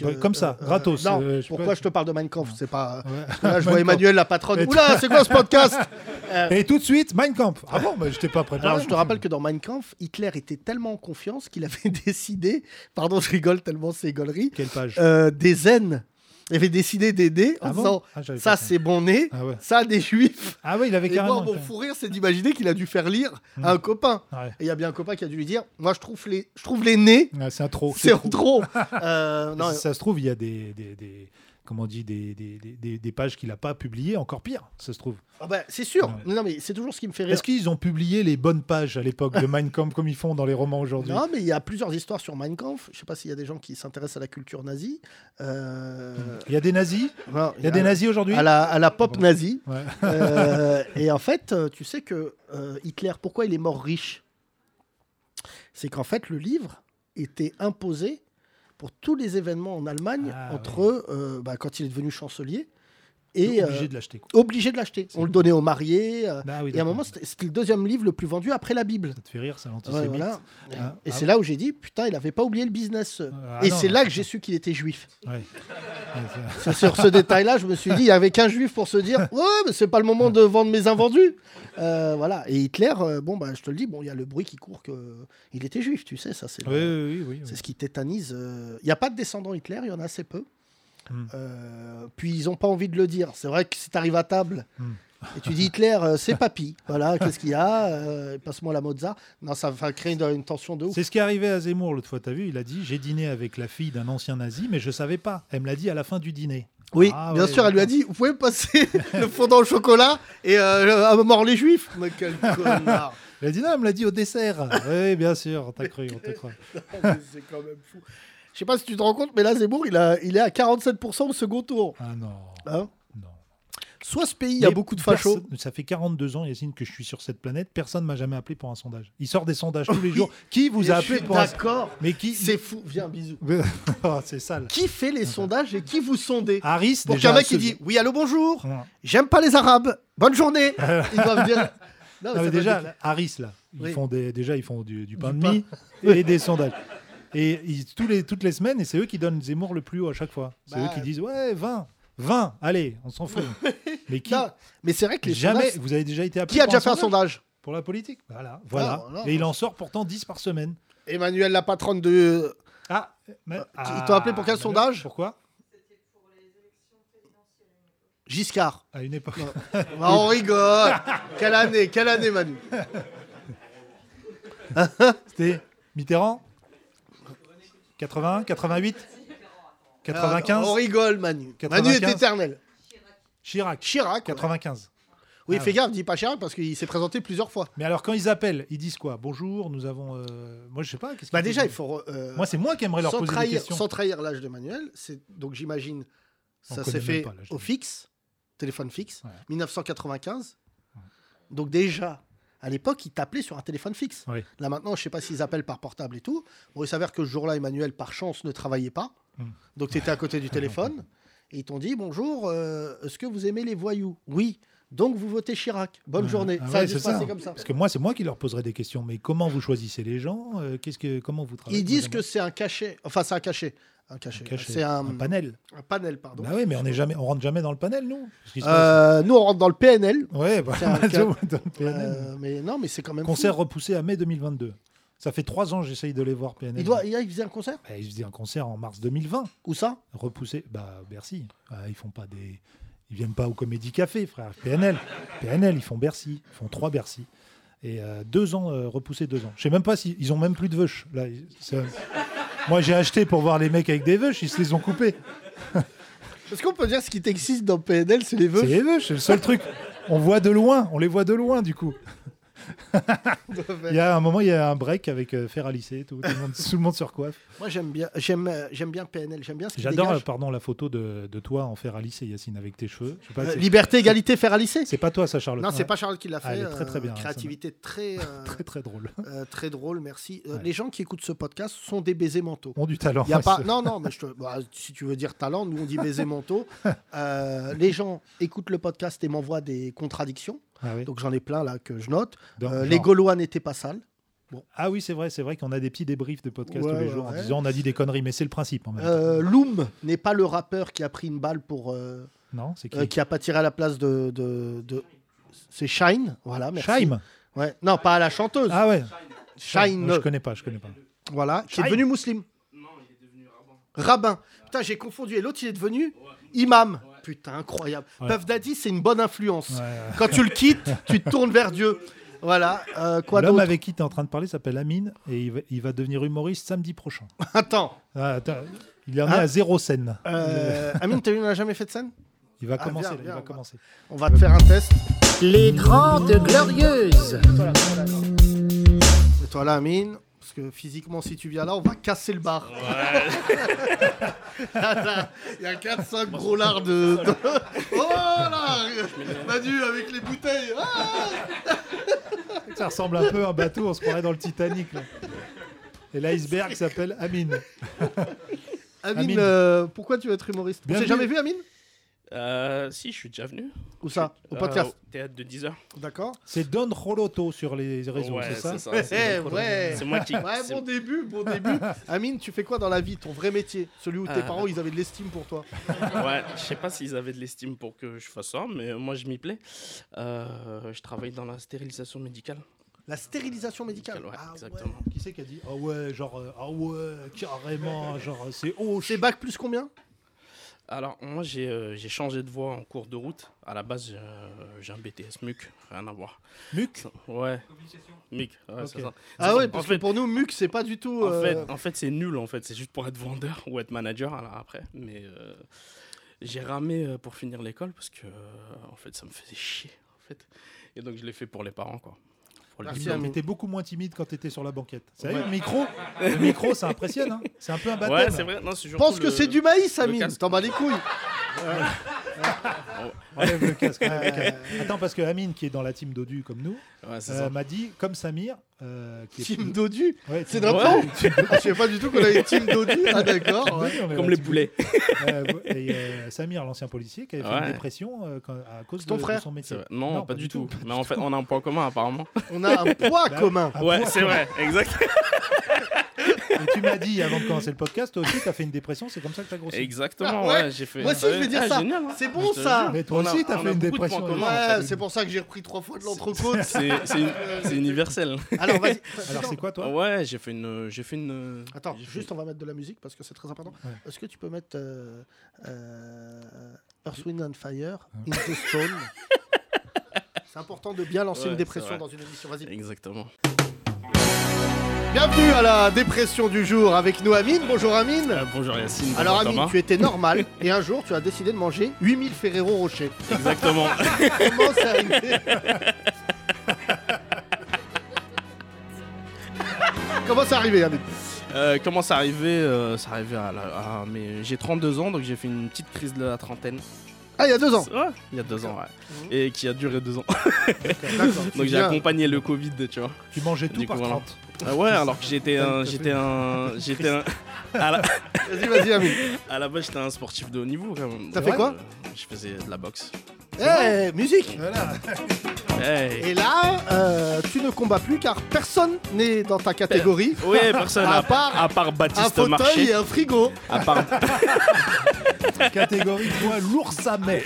Bah, comme ça, gratos,
non,
euh, je
pourquoi
peux-
je te parle de Mein Kampf C'est pas.
vrai. Ouais.
parce que Là, je vois
Mein
Emmanuel, la patronne.
Et-
Oula, c'est quoi ce podcast
Kampf. Et tout de suite, Mein Kampf. Ah bon, mais je t'ai pas préparé.
euh, Alors, je te rappelle que dans Mein Kampf, Hitler était tellement en confiance qu'il avait décidé, pardon, je rigole tellement ces gauleries,
Quelle page
euh, des zen. Il avait décidé d'aider en
Ah bon
disant
Ah, j'avais
ça,
pas compris.
c'est mon nez,
Ah ouais.
ça, des juifs.
Ah oui, il avait
Et moi,
carrément. Hmm.
mon fou rire, c'est d'imaginer qu'il a dû faire lire à un copain.
Ouais.
Et il y a bien un copain qui a dû lui dire Moi, je trouve les, je trouve les nez,
Ouais, Oh, c'est un trop.
c'est trop. Euh, non,
si ça se trouve, il y a des, des, des- comment on dit, des, des, des- des- des pages qu'il n'a pas publiées, encore pire, ça se trouve.
ah bah, c'est sûr. Non, mais c'est toujours ce qui me fait rire.
Est-ce qu'ils ont publié les bonnes pages à l'époque de Mein Kampf comme ils font dans les romans aujourd'hui
Non, mais il y a plusieurs histoires sur Mein Kampf. Je sais pas s'il y a des gens qui s'intéressent à la culture nazie. Euh,
Il y a des nazis
non,
Hmm. Il y a des nazis aujourd'hui
à la, à la pop nazie.
Ouais.
Euh, et en fait, euh, tu sais que euh, Hitler, pourquoi il est mort riche C'est qu'en fait, le livre était imposé pour tous les événements en Allemagne
Ah,
entre euh, bah, quand il est devenu chancelier
T'es
et euh,
obligé de l'acheter. quoi.
obligé de l'acheter.
C'est
On le
vrai.
donnait aux mariés. euh,
Ah
et à un
oui, d'accord.
moment, c'était c'était le deuxième livre le plus vendu après la Bible.
Ça te fait rire, ça,
Ouais,
l'antisémite.
voilà.
Ah,
Et
ah
c'est là où j'ai dit, putain, il n'avait pas oublié le business. euh.
Ah,
et
non,
c'est
non,
là
c'est
que j'ai su qu'il était juif.
ouais. Ouais, c'est-
C'est sur ce détail-là, je me suis dit, il y avait qu'un juif pour se dire, ouais, mais c'est pas le moment de vendre mes invendus. Euh, voilà. Et Hitler, euh, bon, bah, je te le dis, bon, il y a le bruit qui court que il était juif, tu sais, ça, c'est. le-
Oui, oui, oui, oui, oui.
C'est ce qui tétanise. euh. Il n'y a pas de descendants Hitler, il y en a assez peu.
Hmm.
Euh, puis ils n'ont pas envie de le dire. C'est vrai que si tu arrives à table
Hmm.
et tu dis Hitler, euh, c'est papy, voilà, qu'est-ce qu'il y a Euh, Passe-moi la mozza. Non, ça va créer une, une tension de ouf.
C'est ce qui est arrivé à Zemmour l'autre fois, t'as vu Il a dit J'ai dîné avec la fille d'un ancien nazi, mais je savais pas. Elle me l'a dit à la fin du dîner.
Oui,
Ah
bien
ouais,
sûr, elle lui a
d'accord.
dit Vous pouvez me passer le fondant au chocolat et euh, à mort les juifs. Mais quel connard
Elle a dit Non, elle me l'a dit au dessert. oui, bien sûr, t'as cru, on te croit.
Non, Oh, mais C'est quand même fou. Je sais pas si tu te rends compte, mais là, Zemmour, il, a, il est à 47% au second tour.
Ah non.
Hein
non.
Soit ce pays, il y a
Mais
beaucoup de fachos.
personne- Ça fait 42 ans, Yacine, que je suis sur cette planète. Personne m'a jamais appelé pour un sondage. Il sort des sondages tous les jours. Qui vous a
Et je
appelé
suis
pour un
D'accord.
Mais qui
C'est fou. Viens, bisous.
Oh, C'est sale.
Qui fait les sondages et qui vous sondez
Harris,
Pour
déjà.
qu'un mec qui
ce- Ah
dit Ah oui, allô, bonjour,
Ouais.
j'aime pas les Arabes, bonne journée. Ils doivent dire. Non, ça
Non,
doit
mais déjà,
être-
Harris, là, ils
Oui.
font des, déjà, ils font du, du pain
Du
de mie et des sondages. Et ils- tous les, toutes les semaines, et c'est eux qui donnent Zemmour le plus haut à chaque fois. C'est
Bah,
eux qui disent Ouais, 20, 20, allez, on s'en fout. mais qui
Non, mais c'est vrai que les
Jamais,
sondages-
vous avez déjà été appelé
Qui a
pour
déjà fait un sondage
Pour la politique. Voilà. voilà.
Ah, non,
et il
non.
en sort pourtant 10 par semaine.
Emmanuel, la patronne de.
Ah, mais-
ils t'ont appelé pour quel
bah non,
sondage
Pourquoi
Giscard.
À une époque.
Ah, on rigole. Quelle année, quelle année, Manu Euh,
C'était Mitterrand 80, 88 95
On rigole, Manu. Manu est
95.
éternel.
Chirac
Chirac. ouais.
95.
Oui,
Ah
fais
ouais.
gaffe, dis pas Chirac parce qu'il s'est présenté plusieurs fois.
Mais alors quand ils appellent, ils disent quoi Bonjour, nous avons. euh, Moi je sais pas. qu'est-ce
Bah,
qu'ils
déjà, il
disent
faut. euh,
Moi c'est moi qui aimerais leur
sans
poser des
trahir,
questions.
sans trahir l'âge de Manuel, c'est donc j'imagine
On
ça
connaît
s'est
même
fait
pas l'âge de
au
Manuel.
fixe, téléphone fixe,
Ouais.
1995. Donc déjà à l'époque, ils t'appelaient sur un téléphone fixe.
Oui.
Là maintenant, je sais pas s'ils appellent par portable et tout. Bon, il s'avère que ce jour-là, Emmanuel par chance ne travaillait pas.
Mm.
Donc tu étais à côté du téléphone et ils t'ont dit bonjour, euh, est-ce que vous aimez les voyous Oui. Donc vous votez Chirac. Bonne
Ouais.
journée.
Ah
ça a
ouais,
dû
c'est
se passer
ça.
comme ça.
Parce que moi c'est moi qui leur poserai des questions. Mais comment vous choisissez les gens Euh, Qu'est-ce que comment vous travaillez
Ils disent que
madame
c'est un cachet. Enfin, c'est un cachet. Un cachet.
Cachet,
C'est un,
un panel.
un panel, pardon.
Bah oui, mais on est jamais, on rentre jamais dans le panel, nous. Parce qu'il se passe-
Euh, nous, on rentre dans le PNL.
Ouais, bah,
c'est un
dans
cas-
le panel.
euh, mais non, mais c'est quand même.
Concert
fou.
repoussé à mai 2022. Ça fait trois ans que j'essaye de les voir, PNL.
Il, doit, il, y a- il faisait un concert
Bah, ils faisaient un concert en mars 2020,
Où ça
repoussé. Bah, Bercy. Ah, ils font pas des. Ils viennent pas au Comédie Café, frère. PNL. PNL, ils font Bercy. Ils font trois Bercy. Et euh, deux ans, euh, repoussé deux ans. Je sais même pas s'ils ils ont même plus de veuches. Là, ils- c'est- Moi, j'ai acheté pour voir les mecs avec des veuches, ils se les ont coupés.
Est-ce qu'on peut dire ce qui t'excite dans PNL, c'est les
C'est
vœux
les veuches, c'est le seul truc. On voit de loin, on les voit de loin, du coup. Il y a un moment, il y a un break avec euh, fer à lisser, tout, tout le monde, tout le monde se recoiffe.
Moi, j'aime bien, j'aime, euh, j'aime bien PNL. J'aime bien ce qui
J'adore, euh,
dégage.
pardon, la photo de, de toi en fer à lisser, Yacine, avec tes cheveux. Je sais pas,
Euh,
c'est-
liberté, égalité, faire à lycée.
c'est pas toi, ça, Charlotte.
Non, c'est
Ouais.
pas Charles qui l'a fait.
Ah, elle est très, très
euh,
bien,
créativité très, euh,
Très, très drôle.
euh, très drôle, merci. Euh,
Ouais.
Les gens qui écoutent ce podcast sont des baisers mentaux.
Ont du talent.
Y a
ouais,
pas...
c'est-
Non, non, mais je te- bah, si tu veux dire talent, nous on dit baiser mentaux. Euh, les gens écoutent le podcast et m'envoient des contradictions.
Ah, oui.
Donc j'en ai plein là que je note.
Dans-
Euh,
genre-
les Gaulois n'étaient pas sales.
Ah oui, c'est vrai, c'est vrai qu'on a des petits débriefs de podcast
Ouais,
tous les
ouais,
jours en
ouais.
disant on a dit des conneries, mais c'est le principe en même temps.
Euh, Loom n'est pas le rappeur qui a pris une balle pour. euh,
Non, c'est qui
euh, qui a pas tiré à la place de. de, de- C'est Shine. Voilà, merci.
Scheim.
Ouais. Non, pas à la chanteuse.
Ah ouais.
Shine.
Non, Je connais pas, je connais pas.
Voilà, qui est
Shine.
devenu musulman. Rabbin. Putain, j'ai confondu. Et l'autre, il est devenu imam. Putain, incroyable.
Ouais.
Puff Daddy, c'est une bonne influence.
Ouais, ouais.
Quand tu le quittes, tu te tournes vers Dieu. Voilà. Euh, quoi
L'homme
d'autre
avec qui tu es en train de parler s'appelle Amine et il va, il va devenir humoriste samedi prochain.
Attends.
Ah, attends, il en est
Hein
à zéro scène.
Euh, Amine, t'as vu, on n'a jamais fait de scène
Il va
Ah,
commencer.
viens,
là,
viens,
il va
on va-
commencer.
On va te faire un test.
Les Grandes Glorieuses.
Et toi là, Amine. Parce que physiquement, si tu viens là, on va casser le bar. Il y a 4-5 gros lards de. de- Oh là Manu avec les bouteilles. Ah
Ça ressemble un peu à un bateau, on se croirait dans le Titanic. là. Et l'iceberg s'appelle Amine.
Amine,
Amine.
euh, pourquoi tu veux être humoriste On s'est
Bienvenue.
jamais vu, Amine
Euh, si, je suis déjà venu.
Ou ça Au
Euh,
podcast
au théâtre de 10h.
D'accord.
C'est Don Roloto sur les réseaux,
ouais,
c'est ça
c'est ça.
Eh, ouais
C'est moi qui.
Ouais,
c'est-
bon début, bon début. Amine, tu fais quoi dans la vie Ton vrai métier Celui où tes
Ah.
parents, ils avaient de l'estime pour toi.
ouais, je sais pas s'ils avaient de l'estime pour que je fasse ça, mais moi je m'y plais. Euh, je travaille dans la stérilisation médicale.
La stérilisation médicale.
Médicale, ouais,
Ah ouais.
exactement.
Qui c'est qui a dit Ah ouais, genre, euh, ah ouais, carrément, genre, euh, c'est haut.
C'est bac plus combien
Alors, moi j'ai euh, j'ai changé de voie en cours de route. À la base, euh, j'ai un BTS MUC, rien à voir.
Muc
Ouais. MUC, ouais, c'est
Ok.
ça.
Ah
C'est-
ouais,
en
parce que
fait,
pour nous, MUC, c'est pas du tout.
En
euh,
fait, en fait c'est nul, en fait. C'est juste pour être vendeur ou être manager alors après. Mais euh, j'ai ramé euh, pour finir l'école parce que, euh, en fait, ça me faisait chier, en fait. Et donc, je l'ai fait pour les parents, quoi. Pour les
Merci,
parents.
T'étais beaucoup moins timide quand t'étais sur la banquette. C'est vrai, le micro, le micro, ça impressionne. hein. C'est un peu un baptême.
Ouais, c'est vrai. Non, c'est
Je
surtout
pense que
le-
c'est du maïs, Amine.
casque.
T'en bats les couilles.
Enlève le casque, enlève le casque. Attends, parce que Amine, qui est dans la team Dodu comme nous,
Ouais, c'est
euh,
ça.
m'a dit, comme Samir, euh, qui est-
Team Dodu.
Ouais,
C'est
team
drôle.
Dodu.
Je savais pas du tout qu'on avait Team Dodu. Ah d'accord. ouais.
Ouais, on est
Comme
là,
les
team
poulets.
Euh, vo- et, euh, Samir, l'ancien policier, qui avait fait
Ouais.
une dépression euh, quand- à cause
C'est
de,
ton
de
frère
son
C'est
métier.
vrai. Non, pas, du tout. Mais en fait, on a un point commun, apparemment.
On a un poids
Bah,
commun.
Ah,
ouais,
point
c'est vrai. Exact.
Et tu m'as dit avant de commencer le podcast, toi aussi, t'as fait une dépression, c'est comme ça que t'as grossi.
Exactement,
Ah ouais.
ouais. J'ai fait.
Moi aussi, je vais dire
Ah,
ça.
génial, hein.
C'est bon,
Je te
ça.
jure.
Mais toi
On a-
aussi, t'as
on
fait
a
une
beaucoup de
dépression.
points communs, en
Ouais,
fait.
c'est pour ça que j'ai repris trois fois de l'entrecôte.
C'est- C'est c'est universel.
Alors vas-y.
Alors, c'est quoi, toi
Ouais, j'ai fait une. J'ai fait une.
Attends,
j'ai fait-
juste on va mettre de la musique parce que c'est très important.
Ouais.
Est-ce que tu peux mettre euh, euh, Earth, Wind and Fire, In the Stone C'est important de bien lancer
Ouais,
une
c'est
dépression
vrai.
dans une émission. Vas-y.
Exactement.
Bienvenue à la dépression du jour avec nous Amine. Bonjour Amine.
Euh, bonjour Yacine. bonjour
Alors Amine,
Thomas.
tu étais normal et un jour tu as décidé de manger 8000 Ferrero Rocher.
Exactement.
Comment c'est arrivé Comment c'est arrivé Amine
Euh, comment c'est arrivé euh, C'est arrivé à, la- à mes- J'ai 32 ans, donc j'ai fait une petite crise de la trentaine.
Ah il y a deux ans.
Ouais, il y a deux Mhm. ans, ouais. Et qui a duré deux ans.
D'accord.
Donc j'ai
Bien.
accompagné le Covid, tu vois.
Tu mangeais tout
Du
par
coup, voilà.
30.
Ah ouais, alors que j'étais
T'as-
un.
t'as
J'étais
fait-
un. J'étais un. À la,
Vas-y vas-y Amine.
à la base, j'étais un sportif de haut niveau quand même.
T'as
Ouais,
fait quoi
euh, Je faisais de la boxe.
Eh, musique
Voilà.
Hey.
Et là, euh, tu ne combats plus car personne n'est dans ta catégorie.
Oui, personne.
À
À,
part-
part, à part
Un
Baptiste
fauteuil
Marché.
et un frigo.
À part.
Catégorie 3, l'ours à mer.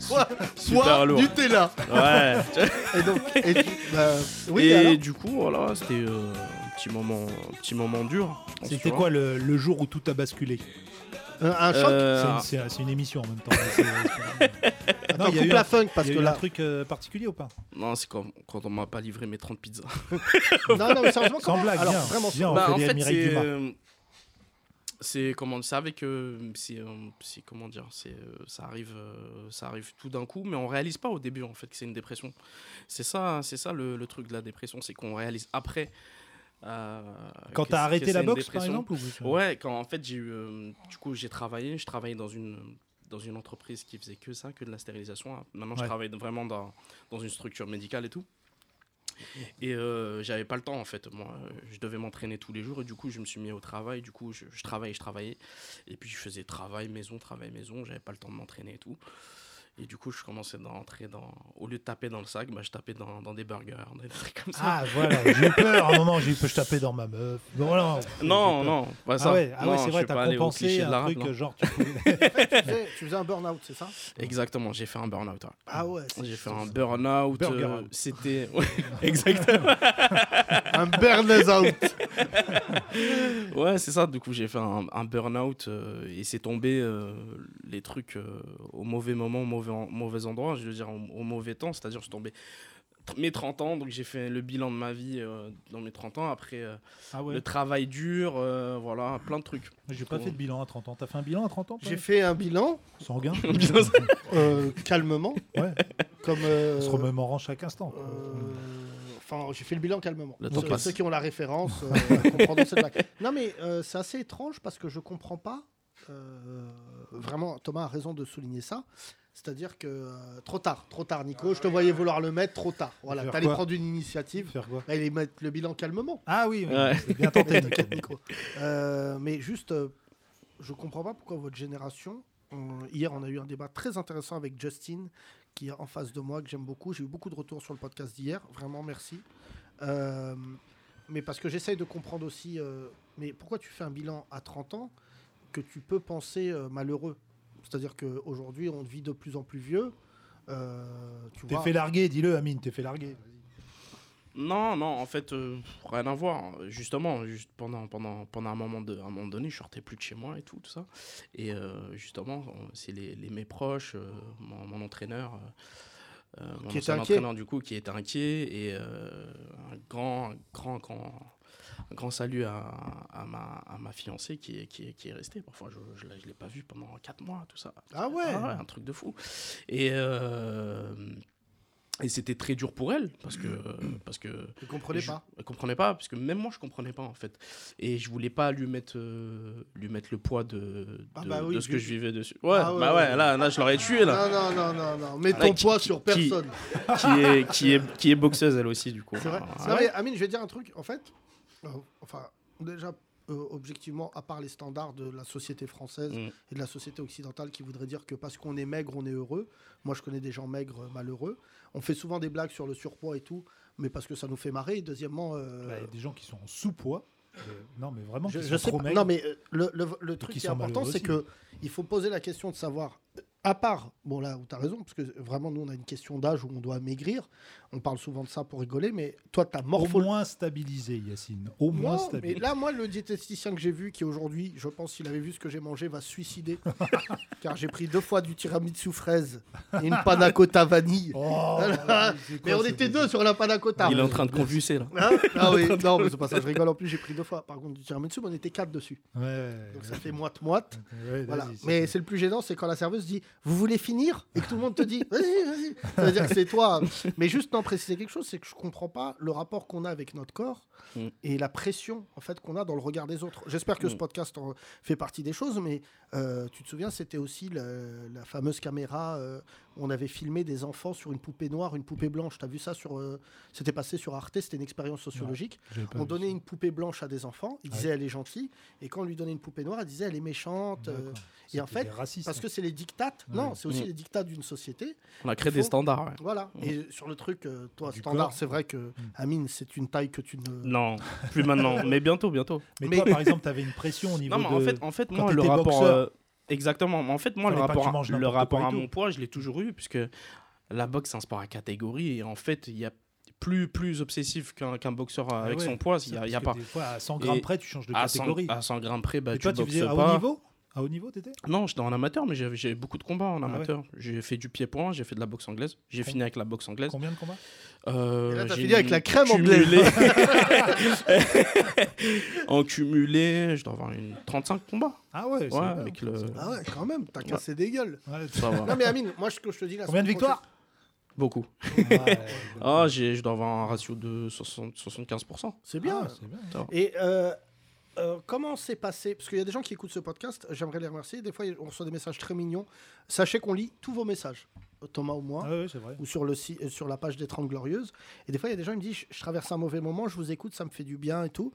Soit,
Super
soit
lourd.
Nutella.
Ouais.
Et donc, et tu- bah, oui,
et
alors
du coup, voilà, c'était euh, un petit moment, un petit moment dur.
C'était quoi le, le jour où tout a basculé
un, un choc.
C'est
Euh,
une- C'est c'est une, émission en même temps. mais c'est- c'est pas-
Attends,
Non, il y a
coupe
eu
la
un-
funk parce
il y
que
a eu un
là.
truc euh, particulier ou pas
ah, Non, c'est quand, quand on m'a pas livré mes 30 pizzas.
Non, non, mais sérieusement,
Sans
comment-
blague,
Alors,
viens,
vraiment,
viens, on
Bah,
fait
en
des
fait,
Mireille
c'est.
Dumas.
euh, C'est comment ça avec euh, c'est euh, c'est- comment dire c'est euh, ça arrive euh, ça arrive tout d'un coup mais on réalise pas au début en fait que c'est une dépression c'est ça hein, c'est ça le, le truc de la dépression c'est qu'on réalise après euh,
Quand
que
t'as
c'est- que
arrêté
c'est
la
une
boxe, par
dépression.
exemple ou...
Ouais, quand en fait j'ai eu, euh, du coup j'ai travaillé, je travaillais dans une dans une entreprise qui faisait que ça, que de la stérilisation. hein. Maintenant je
Ouais.
travaille vraiment dans dans une structure médicale et tout. Et euh, j'avais pas le temps en fait. Moi, euh, je devais m'entraîner tous les jours et du coup je me suis mis au travail. Du coup je, je travaillais, je travaillais et puis je faisais travail maison, travail maison. J'avais pas le temps de m'entraîner et tout. Et du coup je commençais à entrer dans au lieu de taper dans le sac, bah, je tapais dans, dans des burgers, dans des trucs comme ça.
Ah voilà, j'ai eu peur. À un moment, j'ai eu peur, je tapais dans ma meuf. Bon, voilà.
non
Ah, J'ai peur.
non, pas ça.
Ah ouais, ah ouais,
Non,
c'est
je
vrai,
vais pas
t'as
aller au
compensé
cliché de
un
l'arabe,
truc
non.
euh, genre tu pouvais-
tu faisais, tu faisais un burn-out, c'est ça
Exactement, j'ai fait un burn-out. ouais.
Ah ouais. c'est-
J'ai fait un burn-out.
Burger
euh,
out.
C'était. Ouais, exactement.
Un burn-out.
Ouais, c'est ça. Du coup, j'ai fait un, un burn-out euh, et c'est tombé euh, les trucs euh, au mauvais moment, au mauvais, en- mauvais endroit, je veux dire, au, au mauvais temps. C'est-à-dire, je suis tombé tr- mes 30 ans, donc j'ai fait le bilan de ma vie euh, dans mes 30 ans. Après, euh,
Ah
le
ouais,
travail dur, euh, voilà, plein de trucs.
j'ai pas fait de bilan à 30 ans. T'as fait un bilan à 30 ans toi
J'ai fait un bilan
Sanguin
euh, calmement,
Ouais,
comme. euh,
en se remémorant chaque instant. quoi.
Euh, Enfin, j'ai fait le bilan calmement.
Le
Pour
temps
que
passe.
ceux qui ont la référence euh, comprendront cette blague. Non, mais euh, c'est assez étrange parce que je comprends pas. euh, vraiment, Thomas a raison de souligner ça. C'est-à-dire que euh, trop tard, trop tard, Nico. Je te voyais vouloir le mettre trop tard. Voilà,
Faire
t'allais
quoi
prendre une initiative.
Faire quoi
Allez mettre le bilan calmement.
Ah oui, oui,
Ouais.
c'est bien tenté.
T'inquiète, Nico. Euh, mais juste, euh, je comprends pas pourquoi votre génération. on- hier, on a eu un débat très intéressant avec Justin, qui est en face de moi, que j'aime beaucoup. J'ai eu beaucoup de retours sur le podcast d'hier. Vraiment, merci. Euh, mais parce que j'essaye de comprendre aussi. euh, mais pourquoi tu fais un bilan à 30 ans que tu peux penser euh, malheureux C'est-à-dire qu'aujourd'hui, on vit de plus en plus vieux. Euh, tu
T'es
vois,
fait larguer, dis-le, Amine, t'es fait larguer.
Non, non, en fait, euh, rien à voir. Justement, juste pendant, pendant, pendant un, moment de, un moment donné, je sortais plus de chez moi et tout, tout ça. Et euh, justement, on- c'est les, les- mes proches, euh, mon, mon entraîneur, euh, euh, mon
Qui était
ancien
inquiet.
entraîneur du coup, qui était inquiet. Et euh, un grand, un grand, grand, un grand salut à, à ma, à ma fiancée qui est, qui est, qui est restée. Parfois, je ne l'ai pas vue pendant 4 mois, tout ça.
Ah ouais.
Un truc de fou. Et... euh, et c'était très dur pour elle, parce que, parce que
tu comprenais
je-
pas.
Elle comprenait pas, parce que même moi, je comprenais pas, en fait. Et je voulais pas lui mettre, euh, lui mettre le poids de, de,
Ah bah oui,
de ce
vu-
que je vivais dessus. Ouais,
Ah ouais,
bah
ouais.
ouais, là, là je l'aurais tué, là.
Non, non, non, non, non. Mets
Ah,
ton
qui-
poids sur
qui-
personne.
qui, est, qui, est, qui est boxeuse, elle aussi, du coup.
C'est vrai.
Ah,
C'est vrai, Amine, je vais dire un truc. En fait, euh, enfin, déjà, euh, objectivement, à part les standards de la société française
Mm.
et de la société occidentale qui voudraient dire que parce qu'on est maigre, on est heureux. Moi, je connais des gens maigres, euh, malheureux. On fait souvent des blagues sur le surpoids et tout, mais parce que ça nous fait marrer. Et deuxièmement, euh,
Bah, il y a des gens qui sont en sous-poids. euh, Non, mais vraiment,
je,
qui
je
sont
sais
trop
pas.
maigres.
Non, mais euh, le, le- le truc
qui
qui est
sont
important,
malheureux
c'est
aussi.
que il faut poser la question de savoir, euh, à part, bon là où tu as raison, parce que vraiment, nous, on a une question d'âge où on doit maigrir. On parle souvent de ça pour rigoler, mais toi, ta
Au
morphologie.
moins stabilisé, Yacine. Au
Non,
moins
mais
stabilisé.
là, moi, le diététicien que j'ai vu, qui aujourd'hui, je pense, s'il avait vu ce que j'ai mangé, va se suicider. car j'ai pris deux fois du tiramisu fraise et une panna cotta vanille.
Oh, c'est quoi
mais on
ce
était
délire
deux sur la panna cotta.
Il est en train de convulser, là.
Hein ah oui, non, mais c'est pas ça, je rigole. En plus, j'ai pris deux fois. Par contre, du tiramisu, mais on était quatre dessus.
Ouais, ouais,
Donc ça
ouais.
fait moite-moite.
Ouais,
Voilà.
vas-y, c'est
Mais
ça.
c'est le plus gênant, c'est quand la serveuse dit Vous voulez finir Et que tout le monde te dit Vas-y, vas-y. Ça veut dire que c'est toi. Mais juste non préciser quelque chose, c'est que je comprends pas le rapport qu'on a avec notre corps
Mm.
et la pression en fait qu'on a dans le regard des autres. J'espère que ce
Mm.
podcast en fait partie des choses, mais euh, tu te souviens, c'était aussi le- la fameuse caméra euh, on avait filmé des enfants sur une poupée noire, une poupée blanche. T'as vu ça sur euh, C'était passé sur Arte, c'était une expérience sociologique.
J'avais pas
On
vu
donnait
ça.
une poupée blanche à des enfants, ils
Ah
disaient elle est gentille, et quand on lui donnait une poupée noire, elle disait elle est méchante. euh,
D'accord.
et en
C'était
fait,
raciste,
parce
hein.
que c'est les dictates,
Ouais.
non, c'est aussi
Mm.
les dictats d'une société.
On a créé
Il
des
faut-
standards, ouais.
Voilà. Et sur le truc, euh, toi,
Du
standard,
corps.
c'est vrai que Amine, c'est une taille que tu ne.
Non, plus maintenant, mais bientôt, bientôt.
Mais,
Mais-
toi, par exemple, t'avais une pression au niveau
Non, mais en
de-
fait, en fait
quand
moi, le
t'étais
rapport.
boxeur.
euh, exactement. Mais en fait, moi, le
Fallait pas que tu
rapport, à,
manges
le
n'importe
rapport
quoi
à
et tout.
mon poids, je l'ai toujours eu, puisque la boxe, c'est un sport à catégorie. Et en fait, il y a plus, plus obsessif qu'un qu'un boxeur
Ah
avec
ouais,
son poids.
ça,
Il n'y a,
parce
il y a
que
pas.
Des fois, à 100 grammes
Et
près, tu changes de
À 100,
catégorie.
à 100 grammes près, bah,
Et
tu
toi, tu
boxes
faisais à haut
pas.
niveau À haut niveau, t'étais
Non, j'étais en amateur, mais j'avais j'ai beaucoup de combats en
Ah ouais.
amateur. J'ai fait du pied-point, j'ai fait de la boxe anglaise. J'ai
Con-
fini avec la boxe anglaise.
Combien de combats
Euh,
Et là, t'as
j'ai
fini avec la crème
cumulé- en cumulé, je dois avoir une 35 combats.
Ah ouais, c'est
Ouais,
bien.
avec le-
Ah ouais, quand même, t'as
Ouais.
cassé des gueules.
Ouais,
Ça va.
Non mais Amine, moi ce que je te dis là.
Combien de
c'est-
victoires
Beaucoup. Ah, j'ai- je dois avoir un ratio de 60 75%.
C'est bien.
Ah, c'est bien.
Et euh, euh, comment s'est passé Parce qu'il y a des gens qui écoutent ce podcast, j'aimerais les remercier. Des fois, on reçoit des messages très mignons. Sachez qu'on lit tous vos messages, Thomas ou moi,
Ah ouais, c'est vrai.
ou sur, le, si- euh, sur la page des 30 Glorieuses. Et des fois, il y a des gens qui me disent Je- Je traverse un mauvais moment, je vous écoute, ça me fait du bien et tout.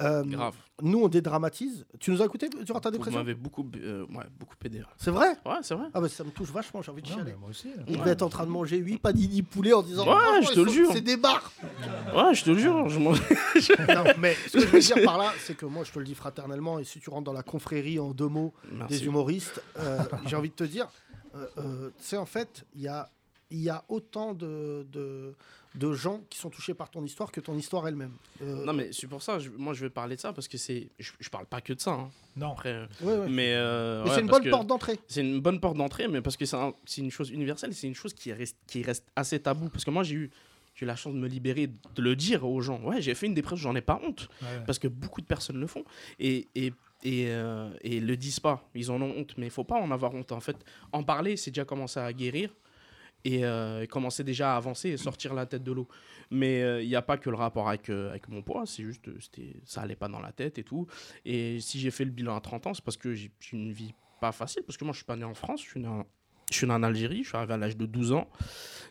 Euh,
Grave.
Nous, on dédramatise. Tu nous as écouté durant ta
Vous
dépression
m'avez beaucoup, euh, ouais, beaucoup aidé.
C'est vrai
Ouais, c'est vrai.
Ah, bah ça me touche vachement, j'ai envie de
Ouais,
chialer.
mais moi aussi.
On
Ouais.
devait être en train de manger 8 panini poulet en disant
Ouais,
Franchement,
je te
ils
le
sont-
jure.
C'est des barres
Ouais, je te le jure. Je m'en-
Non, mais ce que je veux dire par là, c'est que moi, je te le dis fraternellement, et si tu rentres dans la confrérie en deux mots des
Merci.
humoristes, euh, j'ai envie de te dire, euh, euh, tu sais, en fait, il y a, il y a autant de, de, de gens qui sont touchés par ton histoire que ton histoire elle-même. Euh,
Non, mais c'est pour ça, je- moi je vais parler de ça parce que c'est. Je, je parle pas que de ça. hein.
Non.
Après, euh,
ouais, ouais. Mais
mais. euh, ouais,
c'est une
parce
bonne
que
porte d'entrée.
C'est une bonne porte d'entrée, mais parce que c'est un- c'est une chose universelle, c'est une chose qui reste, qui reste assez taboue. Parce que moi j'ai eu. J'ai eu la chance de me libérer, de le dire aux gens. Ouais, j'ai fait une dépression, j'en ai pas honte.
Ouais.
parce que beaucoup de personnes le font et et et, euh, et le disent pas. Ils en ont honte, mais il faut pas en avoir honte. En fait, en parler, c'est déjà commencer à guérir et euh, commencer déjà à avancer et sortir la tête de l'eau. Mais il n'y a pas que le rapport avec, euh, avec mon poids, c'est juste euh, c'était ça allait pas dans la tête et tout. Et si j'ai fait le bilan à 30 ans, c'est parce que j'ai j'ai une vie pas facile parce que moi je suis pas né en France, je suis né en, je suis né en Algérie, je suis arrivé à l'âge de 12 ans.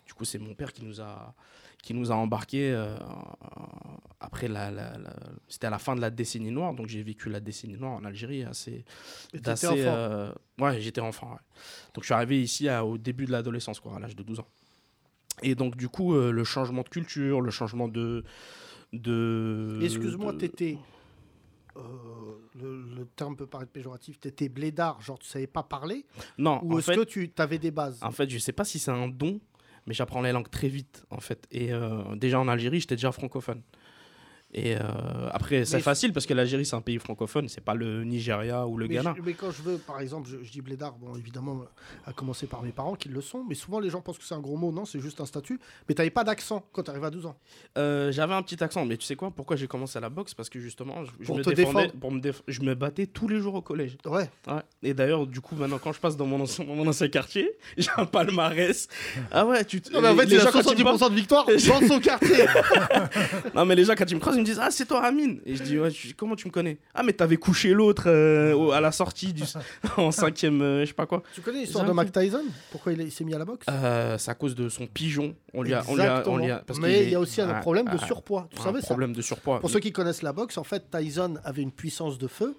Du coup, c'est mon père qui nous a qui nous a embarqués euh, après la, la- la- c'était à la fin de la décennie noire donc j'ai vécu la décennie noire en Algérie assez
Et t'étais
d'assez,
enfant.
euh, ouais j'étais enfant ouais. donc je suis arrivé ici à- au début de l'adolescence quoi à l'âge de 12 ans et donc du coup euh, le changement de culture le changement de de
Excuse-moi,
de-
t'étais. euh, le, le terme peut paraître péjoratif, t'étais blédard, genre tu savais pas parler,
non
ou
en
est-ce
fait
que tu avais des bases
En fait, je sais pas si c'est un don, mais j'apprends les langues très vite, en fait. Et euh, déjà en Algérie, j'étais déjà francophone. Et euh, après, c'est
Mais-
facile parce que l'Algérie, c'est un pays francophone, c'est pas le Nigeria ou le
mais,
Ghana.
je- mais quand je veux, par exemple, je, je dis blédard, bon, évidemment, à commencer par mes parents qui le sont, mais souvent les gens pensent que c'est un gros mot, non, c'est juste un statut. Mais t'avais pas d'accent quand t'arrives à 12 ans.
Euh, J'avais un petit accent, mais tu sais quoi Pourquoi j'ai commencé à la boxe Parce que justement, je, je
Pour
me
te
défendais,
défendre.
pour me déf- je me battais tous les jours au collège.
Ouais.
Ouais. Et d'ailleurs, du coup, maintenant, quand je passe dans mon ancien, dans mon ancien quartier, j'ai un palmarès. Ah ouais, tu te- les gens, quand ils me
de victoire
Et je-
son quartier.
Non, mais les gens, quand ils me croisent, ils me disent Ah, c'est toi, Amine. Et je dis Ouais, tu- comment tu me connais Ah, mais t'avais couché l'autre euh, au- à la sortie du, en cinquième, euh, je sais pas quoi.
tu connais l'histoire de
J'ai un
Mike Tyson Pourquoi il, est- il s'est mis à la boxe
Euh, c'est à cause de son pigeon. On lui a. On lui a,
Exactement.
on lui a- parce qu'il
Mais
est-
il y a aussi un
Ouais,
problème de
ouais,
surpoids. Tu
un
savais ça
problème de surpoids.
Pour ceux qui connaissent la boxe, en fait, Tyson avait une puissance de feu.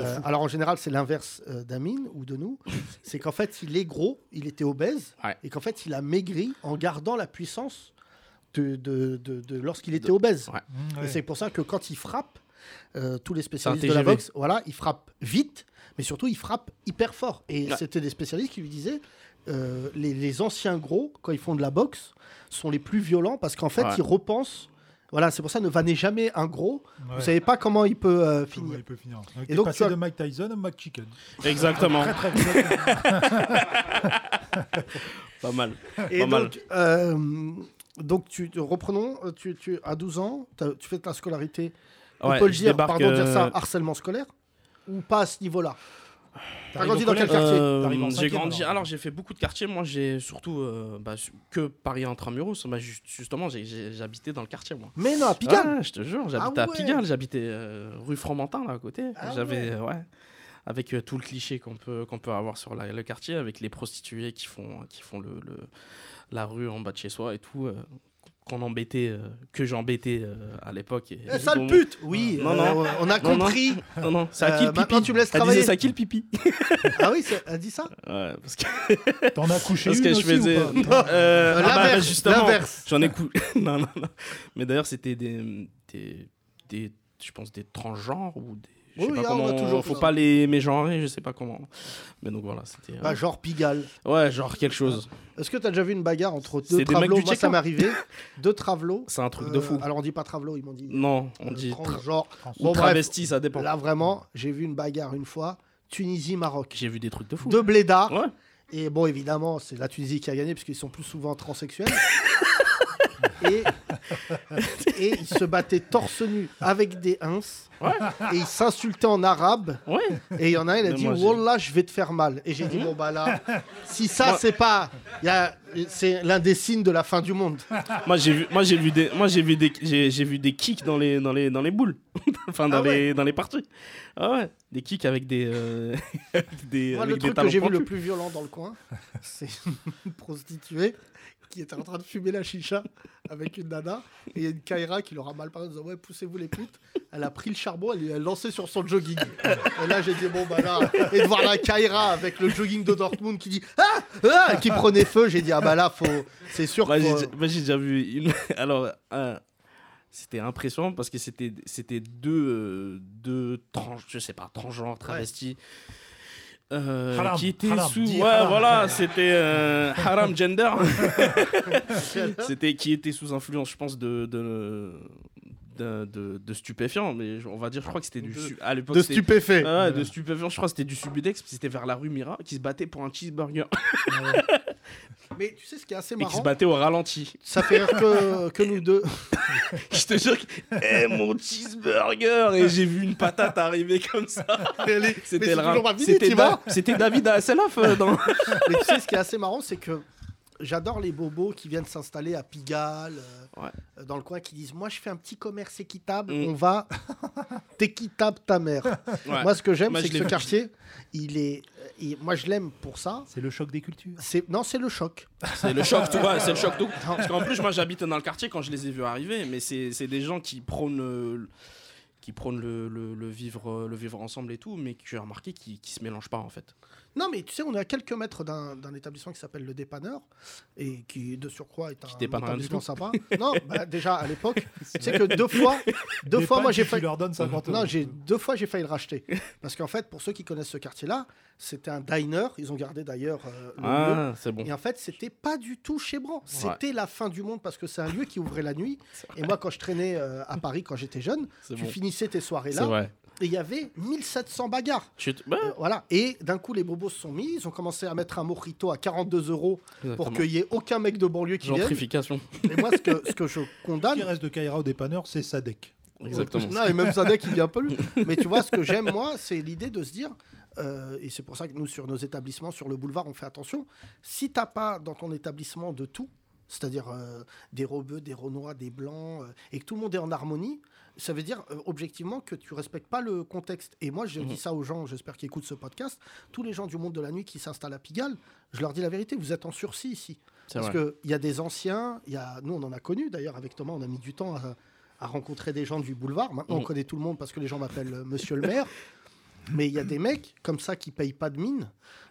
Euh, alors en général, c'est l'inverse euh, d'Amine ou de nous. c'est qu'en fait, il est gros, il était obèse,
Ouais.
et qu'en fait, il a maigri en gardant la puissance de, de, de- de- lorsqu'il était obèse.
Ouais.
Mmh,
Et
ouais.
c'est pour ça que quand il frappe, euh, tous les spécialistes
C'est un
de la
TGV.
boxe, voilà, il frappe vite, mais surtout il frappe hyper fort. Et
Ouais.
c'était des spécialistes qui lui disaient, euh, les, les anciens gros, quand ils font de la boxe, sont les plus violents parce qu'en fait,
Ouais.
ils repensent. Voilà, c'est pour ça ne vannez jamais un gros.
Ouais.
Vous savez pas comment il peut euh,
Comment
finir.
il peut finir. Donc,
Et
hein. t'es
donc, tu
passé
as-
de Mike Tyson à Mike Chicken.
Exactement.
Très, très bien.
Pas mal.
Et
Pas mal.
donc, euh, donc tu reprenons, euh, tu, tu à 12 ans, t'as- tu fais ta scolarité.
Ouais,
on peut le
je
dire,
débarque,
pardon de dire ça,
euh,
harcèlement scolaire ou pas à ce niveau-là. T'as grandi
T'arrives au
dans quel
collège
quartier
Euh,
T'arrives en
j'ai
cinquième,
grandi.
alors.
Alors, j'ai fait beaucoup de quartiers. Moi, j'ai surtout euh, bah, su- que Paris intramuros. Bah, ju- justement, j'ai- j'ai- j'habitais dans le quartier, moi.
Mais non, à Pigalle.
Ouais, je te jure, j'habitais
Ah
à
ouais.
Pigalle, j'habitais euh, rue Fromentin là à côté.
Ah ouais.
J'avais euh, ouais. avec euh, tout le cliché qu'on peut, qu'on peut avoir sur la- le quartier, avec les prostituées qui font, qui font le, le- la rue en bas de chez soi et tout, euh, qu'on embêtait, euh, que j'embêtais euh, à l'époque.
Eh,
ça
sale pute Oui,
Ah. Non,
euh,
non.
on a
Non, non.
compris.
Non, non, ça a
Euh,
qui le pipi
maintenant, tu me laisses
Elle
travailler.
disait ça qui le pipi
Ah oui, c'est- elle dit ça
Ouais, parce que,
T'en as couché
parce
une
que je
aussi
faisais.
ou
Euh,
pas
ah bah, bah,
L'inverse,
justement,
l'inverse.
j'en ai cou... non, non, non. Mais d'ailleurs, c'était des, des, des. Je pense des transgenres ou des. Je sais
Oui,
pas
oui, ah, on
comment.
va toujours
faut
ça.
pas les mégenrer, je sais pas comment. Mais donc voilà, c'était. euh,
Bah, genre Pigalle.
Ouais, genre quelque chose.
Est-ce que t'as déjà vu une bagarre entre
C'est
deux
des mecs
travelots
du
Moi, ça
check-in.
m'est arrivé. Deux travelots.
C'est un truc
Euh,
de fou.
Alors, on dit pas travelots, ils m'ont dit.
Non, on
euh,
dit. tra-
transgenre.
ou
Bon, bref.
travesti, ça dépend.
Là, vraiment, j'ai vu une bagarre une fois. Tunisie-Maroc.
J'ai vu des trucs de fou. hein.
Deux blédards.
Ouais.
Et bon, évidemment, c'est la Tunisie qui a gagné parce qu'ils sont plus souvent transsexuels. et, et ils se battaient torse nu avec des hinces.
Ouais.
Et ils s'insultaient en arabe.
Ouais.
Et il y en a un, il a
Mais
dit
moi, j'ai- Mhm.
Wallah, je vais te faire mal. Et j'ai dit Bon, bah là, si ça,
Moi-
c'est pas. il y a- C'est l'un des signes de la fin du monde.
Moi j'ai vu, moi j'ai vu des, moi j'ai vu des, j'ai j'ai vu des kicks dans les, dans les, dans les boules, enfin dans
Ah ouais.
les, dans les parties. Ah ouais, des kicks avec des, euh, avec des,
Moi,
avec
le
des
truc que
talons
j'ai vu le
pointus.
plus violent dans le coin, c'est une prostituée qui était en train de fumer la chicha avec une nana. Et il y a une Kaira qui leur a mal parlé en disant Ouais, poussez-vous les putes. Elle a pris le charbon, elle l'a lancé sur son jogging. Et là, j'ai dit Bon, bah là. Et de voir la Kaira avec le jogging de Dortmund qui dit Ah Ah Qui prenait feu, j'ai dit Ah bah là, faut. C'est sûr
Moi, j'ai
que.
déjà- moi, j'ai déjà vu une. Alors, un- c'était impressionnant parce que c'était c'était deux, euh, deux trans, je sais pas, transgenres, travestis. euh,
Haram,
qui étaient
haram,
sous
dis
ouais
haram.
voilà c'était euh, haram gender
Hein
c'était qui était sous influence je pense de de, de, de- de stupéfiants mais je- on va dire je crois que c'était du
De-
su- à l'époque
De
c'était-
stupéfait.
Ah ouais, de stupéfiants, je crois que c'était du Subudex, puis c'était vers la rue Mira, qui se battait pour un cheeseburger
Mais tu sais ce qui est assez
et qui se
marrant
battait au ralenti.
Ça fait rire que, que nous deux.
Je te jure, que- Eh, mon cheeseburger Et j'ai vu une patate arriver comme ça.
mais c'est
le
toujours
ra-
pas fini,
c'était
tu
Da-
vois
C'était David Hasselhoff euh, dans.
Mais tu sais, ce qui est assez marrant, c'est que j'adore les bobos qui viennent s'installer à Pigalle, euh,
Ouais.
euh, dans le coin, qui disent Moi, je fais un petit commerce équitable,
Mm.
on va. T'équitable ta mère.
Ouais.
Moi, ce que j'aime,
Moi,
c'est
je
que ce
l'ai vu.
quartier, il est. euh, il- moi, je l'aime pour ça.
C'est le choc des cultures.
C'est- Non, c'est le choc.
C'est le choc, tu vois, c'est le choc tout. Parce qu'en plus, moi, j'habite dans le quartier quand je les ai vus arriver, mais c'est c'est des gens qui prônent, euh, qui prônent le, le- le vivre, euh, le vivre ensemble et tout, mais que j'ai remarqué qui qui se mélangent pas en fait.
Non, mais tu sais, on est à quelques mètres d'un d'un établissement qui s'appelle le Dépanneur, et qui, de surcroît, est un
dépanne rien du
établissement sympa. Non, bah, déjà, à l'époque, tu sais que deux fois, deux
Les
fois moi,
pannes,
j'ai
tu
failli.
leur donnes 50 euros.
Non, j'ai deux fois j'ai failli le racheter parce qu'en fait, pour ceux qui connaissent ce quartier-là, c'était un diner. Ils ont gardé d'ailleurs euh, le lieu.
Ah, c'est bon.
Et en fait, c'était pas du tout chez Bran. C'était la fin du monde parce que c'est un lieu qui ouvrait la nuit. Et moi, quand je traînais euh, à Paris quand j'étais jeune,
C'est
tu
bon.
finissais tes soirées
C'est
là
vrai.
et il y avait 1700 bagarres.
Je suis t- ouais,
Euh, voilà. Et d'un coup, les bobos se sont mis. Ils ont commencé à mettre un mojito à 42 euros pour
exactement.
qu'il y ait aucun mec de banlieue qui vienne.
Gentrification.
Et moi, ce que, ce que je condamne,
Qui reste de Kaira au dépanneur, c'est Sadek.
Exactement.
Non, et même Sadek, il vient pas lui. Mais tu vois, ce que j'aime, moi, c'est l'idée de se dire, euh, et c'est pour ça que nous, sur nos établissements, sur le boulevard, on fait attention. Si t'as pas dans ton établissement de tout, c'est-à-dire euh, des robeux, des renois, des blancs, euh, et que tout le monde est en harmonie, ça veut dire euh, objectivement que tu respectes pas le contexte. Et moi, je dis ça aux gens, j'espère qu'ils écoutent ce podcast, tous les gens du monde de la nuit qui s'installent à Pigalle, je leur dis la vérité, vous êtes en sursis ici.
C'est
Parce
vrai.
qu'il y a des anciens, il y a, nous on en a connu d'ailleurs avec Thomas, on a mis du temps à, à rencontrer des gens du boulevard. Maintenant on
Mhm.
connaît tout le monde parce que les gens m'appellent euh, Monsieur le maire. Mais il y a des mecs comme ça qui payent pas de mine.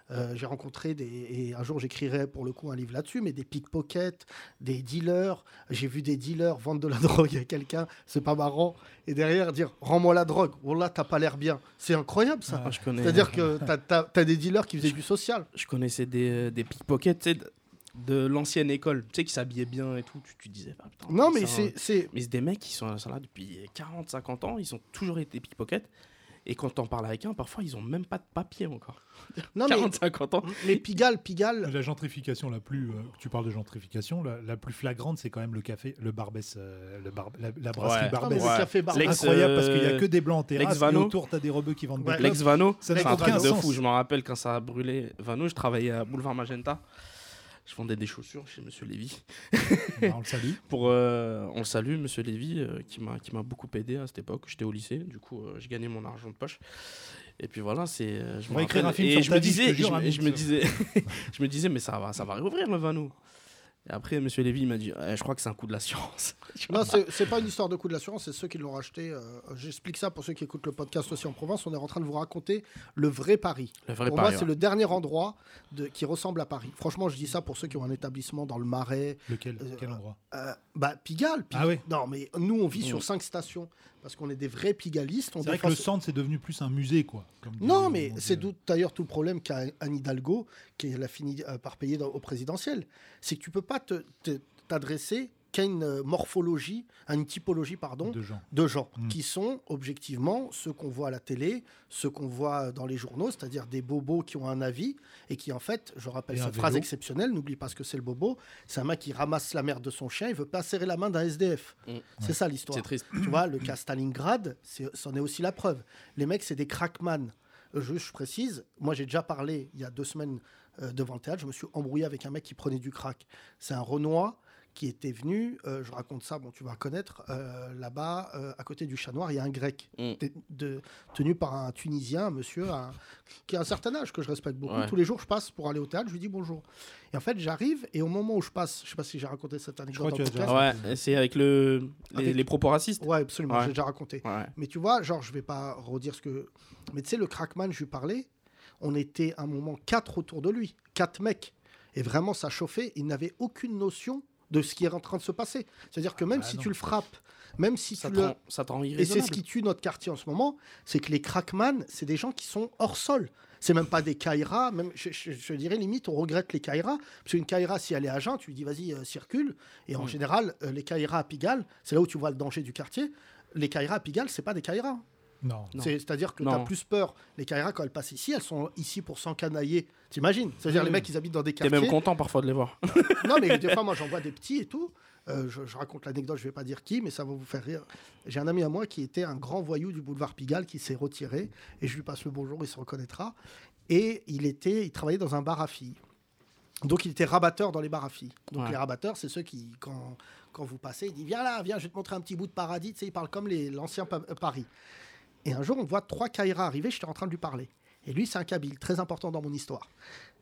Euh, j'ai rencontré des. Et un jour j'écrirai pour le coup un livre là-dessus, mais des pickpockets, des dealers. J'ai vu des dealers vendre de la drogue à quelqu'un, c'est pas marrant. Et derrière dire Rends-moi la drogue. Oh là, t'as pas l'air bien. C'est incroyable ça.
Ah, je connais.
C'est-à-dire que t'as, t'as- t'as des dealers qui faisaient du social.
je connaissais des, des pickpockets, tu sais, de, de l'ancienne école, tu sais, qui s'habillaient bien et tout. Tu, tu disais, ah, putain,
Non, mais
ça,
c'est-
euh,
c'est,
Mais c'est des mecs qui sont, sont là depuis 40, 50 ans, ils ont toujours été pickpockets. Et quand t'en parles avec un, parfois ils ont même pas de papier encore.
Non, mais,
40, 50 ans.
mais Pigalle, Pigalle,
La gentrification la plus. euh, tu parles de gentrification, la, la plus flagrante, c'est quand même le café, le Barbès, euh, le bar- la, la brasserie
Ouais.
Ah, mais
Barbès.
le
Ouais.
café Barbès.
L'ex-
Incroyable parce qu'il n'y a
euh,
que des blancs en terrasse et
l'ex-Vano.
autour, t'as des rebeux qui vendent
Ouais.
des
L'ex
clopes.
Vano,
Ça
c'est
n'a
un
aucun
truc de
sens.
fou. Je me rappelle quand ça a brûlé Vano, je travaillais à Boulevard Magenta. Je vendais des chaussures chez Monsieur Lévy.
Bah, on le salue.
pour euh, on le salue monsieur Lévy euh, qui m'a qui m'a beaucoup aidé à cette époque j'étais au lycée du coup euh, je gagnais mon argent de poche Et puis voilà, c'est. euh, Je
On
me
va écrire
rappelle-
un film sur
et je
ta
me
vie, je te
disais, et je,
jure,
me- et je me
Hamid.
euh.
disais, je me disais, mais ça va, ça va réouvrir le Vanou. Et après, Monsieur Lévy il m'a dit, Eh, je crois que c'est un coup de la science.
Non, c'est c'est pas une histoire de coût de l'assurance, c'est ceux qui l'ont racheté. euh, J'explique ça pour ceux qui écoutent le podcast aussi en Provence. On est en train de vous raconter le vrai Paris.
Le vrai
pour
pari,
moi, c'est
ouais.
le dernier endroit de- qui ressemble à Paris. Franchement, je dis ça pour ceux qui ont un établissement dans le Marais.
Lequel
Euh,
Quel endroit
Euh, bah, Pigalle. Pig-
Ah ouais.
Non, mais nous, on vit
Mm.
sur cinq stations parce qu'on est des vrais pigalistes. On
C'est vrai que
défend-
le centre, c'est devenu plus un musée, quoi. comme
Non,
dit-
mais
on dit,
c'est
euh,
d'où- d'ailleurs tout le problème qu'a Anne Hidalgo, qui elle a fini euh, par payer dans- au présidentiel. C'est que tu peux pas te- te- t'adresser qu'à une euh, morphologie, à une typologie, pardon,
de gens.
de gens
Mm.
qui sont objectivement ceux qu'on voit à la télé, ceux qu'on voit dans les journaux, c'est-à-dire des bobos qui ont un avis et qui en fait, je rappelle
Et un
cette phrase
vélo.
exceptionnelle, n'oublie pas ce que c'est le bobo, c'est un mec qui ramasse la merde de son chien, il veut pas serrer la main d'un SDF.
Mm.
C'est
Hmm. Ouais.
ça l'histoire.
C'est triste.
Tu vois, le cas Stalingrad, c'est- c'en est aussi la preuve. Les mecs, c'est des crackman. Euh, Je, je précise, moi j'ai déjà parlé il y a deux semaines euh, devant le théâtre, je me suis embrouillé avec un mec qui prenait du crack. C'est un Renoir qui était venu, euh, je raconte ça, bon tu vas connaître, euh, là-bas, euh, à côté du chat noir, il y a un grec,
Mm.
t- de- tenu par un Tunisien, un monsieur, un- qui a un certain âge que je respecte beaucoup.
Ouais.
Tous les jours, je passe pour aller au théâtre, je lui dis bonjour. Et en fait, j'arrive, et au moment où je passe, je sais pas si j'ai raconté cette anecdote
crois
dans
que
le
tu as déjà
podcast.
Ouais, et c'est avec le les,
Avec-
les propos racistes.
Ouais, absolument,
Ouais.
j'ai déjà raconté.
Ouais.
Mais tu vois, genre, je vais pas redire ce que. Mais tu sais, le crackman, je lui parlais, on était à un moment quatre autour de lui, quatre mecs. Et vraiment, ça chauffait, il n'avait aucune notion de ce qui est en train de se passer. C'est-à-dire que même
bah
si
non.
tu le frappes, même si
Ah Ça
tu
te
le.
rend- ça te rend
Et c'est
irraisonnable.
ce qui tue notre quartier en ce moment, c'est que les crackman, c'est des gens qui sont hors sol. C'est même pas des Kaira, même je, je- je dirais limite, on regrette les Kaira, parce qu'une Kaira, si elle est à jeun, tu lui dis vas-y, euh, circule. Et en
Mm.
général, euh, les Kaira à Pigalle, c'est là où tu vois le danger du quartier. Les Kaira à Pigalle, c'est pas des Kaira.
Non.
Non.
C'est- C'est-à-dire que tu
Non.
as plus peur. Les Kaira, quand elles passent ici, elles sont ici pour s'encanailler. T'imagines C'est-à-dire
Mm.
les mecs, ils habitent dans des
T'es
quartiers.
même content parfois de les voir.
non, mais des fois, moi, j'en vois des petits et tout. Euh, je, je raconte l'anecdote, je vais pas dire qui, mais ça va vous faire rire. J'ai un ami à moi qui était un grand voyou du boulevard Pigalle qui s'est retiré. Et je lui passe le bonjour, il se reconnaîtra. Et il, était, il travaillait dans un bar à filles. Donc, il était rabatteur dans les bars à filles. Donc,
Ouais.
les rabatteurs, c'est ceux qui, quand, quand vous passez, ils disent Viens là, viens, je vais te montrer un petit bout de paradis. Tu sais, ils parlent comme les- l'ancien Pa- euh, Paris. Et un jour, on voit trois Kaira arriver, j'étais en train de lui parler. Et lui, c'est un Kabyle, très important dans mon histoire.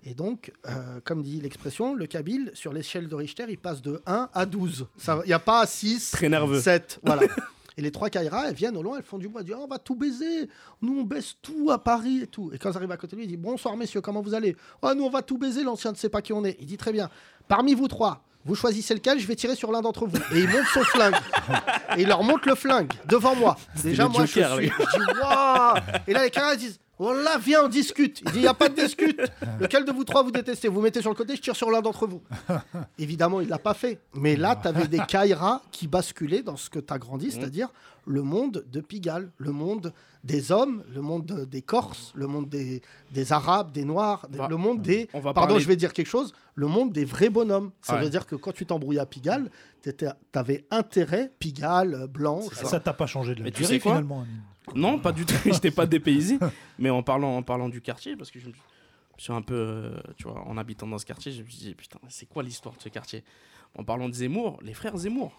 Et donc, euh, comme dit l'expression, le Kabyle, sur l'échelle de Richter, il passe de 1 à 12. Il n'y a pas à 6,
Très nerveux.
7. Voilà. Et les trois Kaira, elles viennent au loin, elles font du bois, elles disent Oh, on va tout baiser, nous on baisse tout à Paris et tout. Et quand j'arrive à côté de lui, il dit Bonsoir messieurs, comment vous allez Oh, nous on va tout baiser, l'ancien ne sait pas qui on est. Il dit Très bien, parmi vous trois, vous choisissez lequel, je vais tirer sur l'un d'entre vous. Et il monte son flingue. Et il leur monte le flingue devant moi. Déjà,
le
moi
Joker,
je suis.
lui.
Je dis Waouh Et là, les Kaira ils disent Oh là, viens, on discute. Il dit Il n'y a pas de discute. Lequel de vous trois vous détestez Vous mettez sur le côté, je tire sur l'un d'entre vous. Évidemment, il l'a pas fait. Mais là, tu avais des Kaira qui basculaient dans ce que tu as
Mm.
grandi, c'est-à-dire le monde de Pigalle, le monde des hommes, le monde de- des Corses, le monde des, des Arabes, des Noirs, des-
Bah,
le monde des.
On va
Pardon,
parler-
je vais dire quelque chose. Le monde des vrais bonhommes. Ça
Ouais.
veut dire que quand tu t'embrouilles à Pigalle, tu avais intérêt, Pigalle, euh, blanc,
C'est
je sais
ça.
Ça t'a pas changé de la
Mais tu
durée,
sais quoi
finalement. hein.
Non, pas du tout. J'étais pas dépaysé. Mais en parlant, en parlant du quartier, parce que je me suis- je suis un peu, euh, tu vois, en habitant dans ce quartier, je me suis dit, putain, c'est quoi l'histoire de ce quartier En parlant de Zemmour, les frères Zemmour,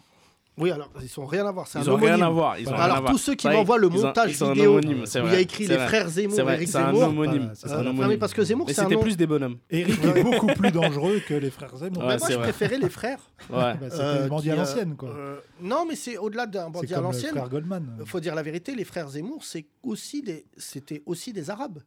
Oui, alors ils sont rien à voir. C'est un
ils ont rien
homonyme.
à voir. Ils ont
Alors,
rien à
tous
voir.
ceux qui
Ça y est,
m'envoient le
ils ont-
montage
ils sont un
vidéo
homonyme, c'est
où il y a
vrai,
écrit
c'est
les
vrai.
frères Zemmour,
C'est vrai,
Eric
c'est un
Zemmour.
homonyme.
Voilà, c'est
c'est
Euh,
un
non, mais
homonyme.
parce que Zemmour,
Mais
c'est un
c'était
nom.
plus des bonhommes.
Eric est beaucoup plus dangereux que les frères Zemmour.
Ouais,
moi,
c'est
je
vrai.
préférais les frères.
Ouais.
Bah,
euh,
C'était le bandit à
qui, euh,
l'ancienne, quoi.
Euh, non, mais c'est au-delà d'un
C'est
bandit à
euh,
comme le
l'ancienne.
frère Goldman.
Il faut dire la vérité, les frères Zemmour, c'est aussi des, c'était aussi des Arabes.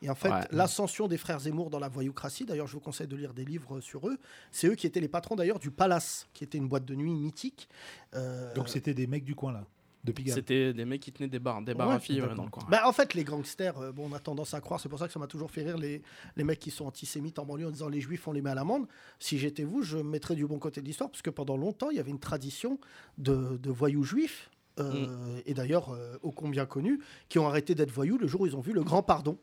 Et en fait,
Ouais.
l'ascension des frères Zemmour dans la voyoucratie, d'ailleurs, je vous conseille de lire des livres sur eux, c'est eux qui étaient les patrons d'ailleurs du Palace, qui était une boîte de nuit mythique. Euh,
Donc c'était des mecs du coin, là, de Pigalle.
C'était des mecs qui tenaient des bars, des bars à
Ouais,
filles ouais,
d'accord.
dans le coin.
Bah, en fait, les gangsters, euh, bon, on a tendance à croire, c'est pour ça que ça m'a toujours fait rire les, les mecs qui sont antisémites en banlieue en disant les juifs, on les met à l'amende. Si j'étais vous, je me mettrais du bon côté de l'histoire, parce que pendant longtemps, il y avait une tradition de, de voyous juifs, euh,
Mm.
et d'ailleurs euh, ô combien connus, qui ont arrêté d'être voyous le jour où ils ont vu le grand pardon.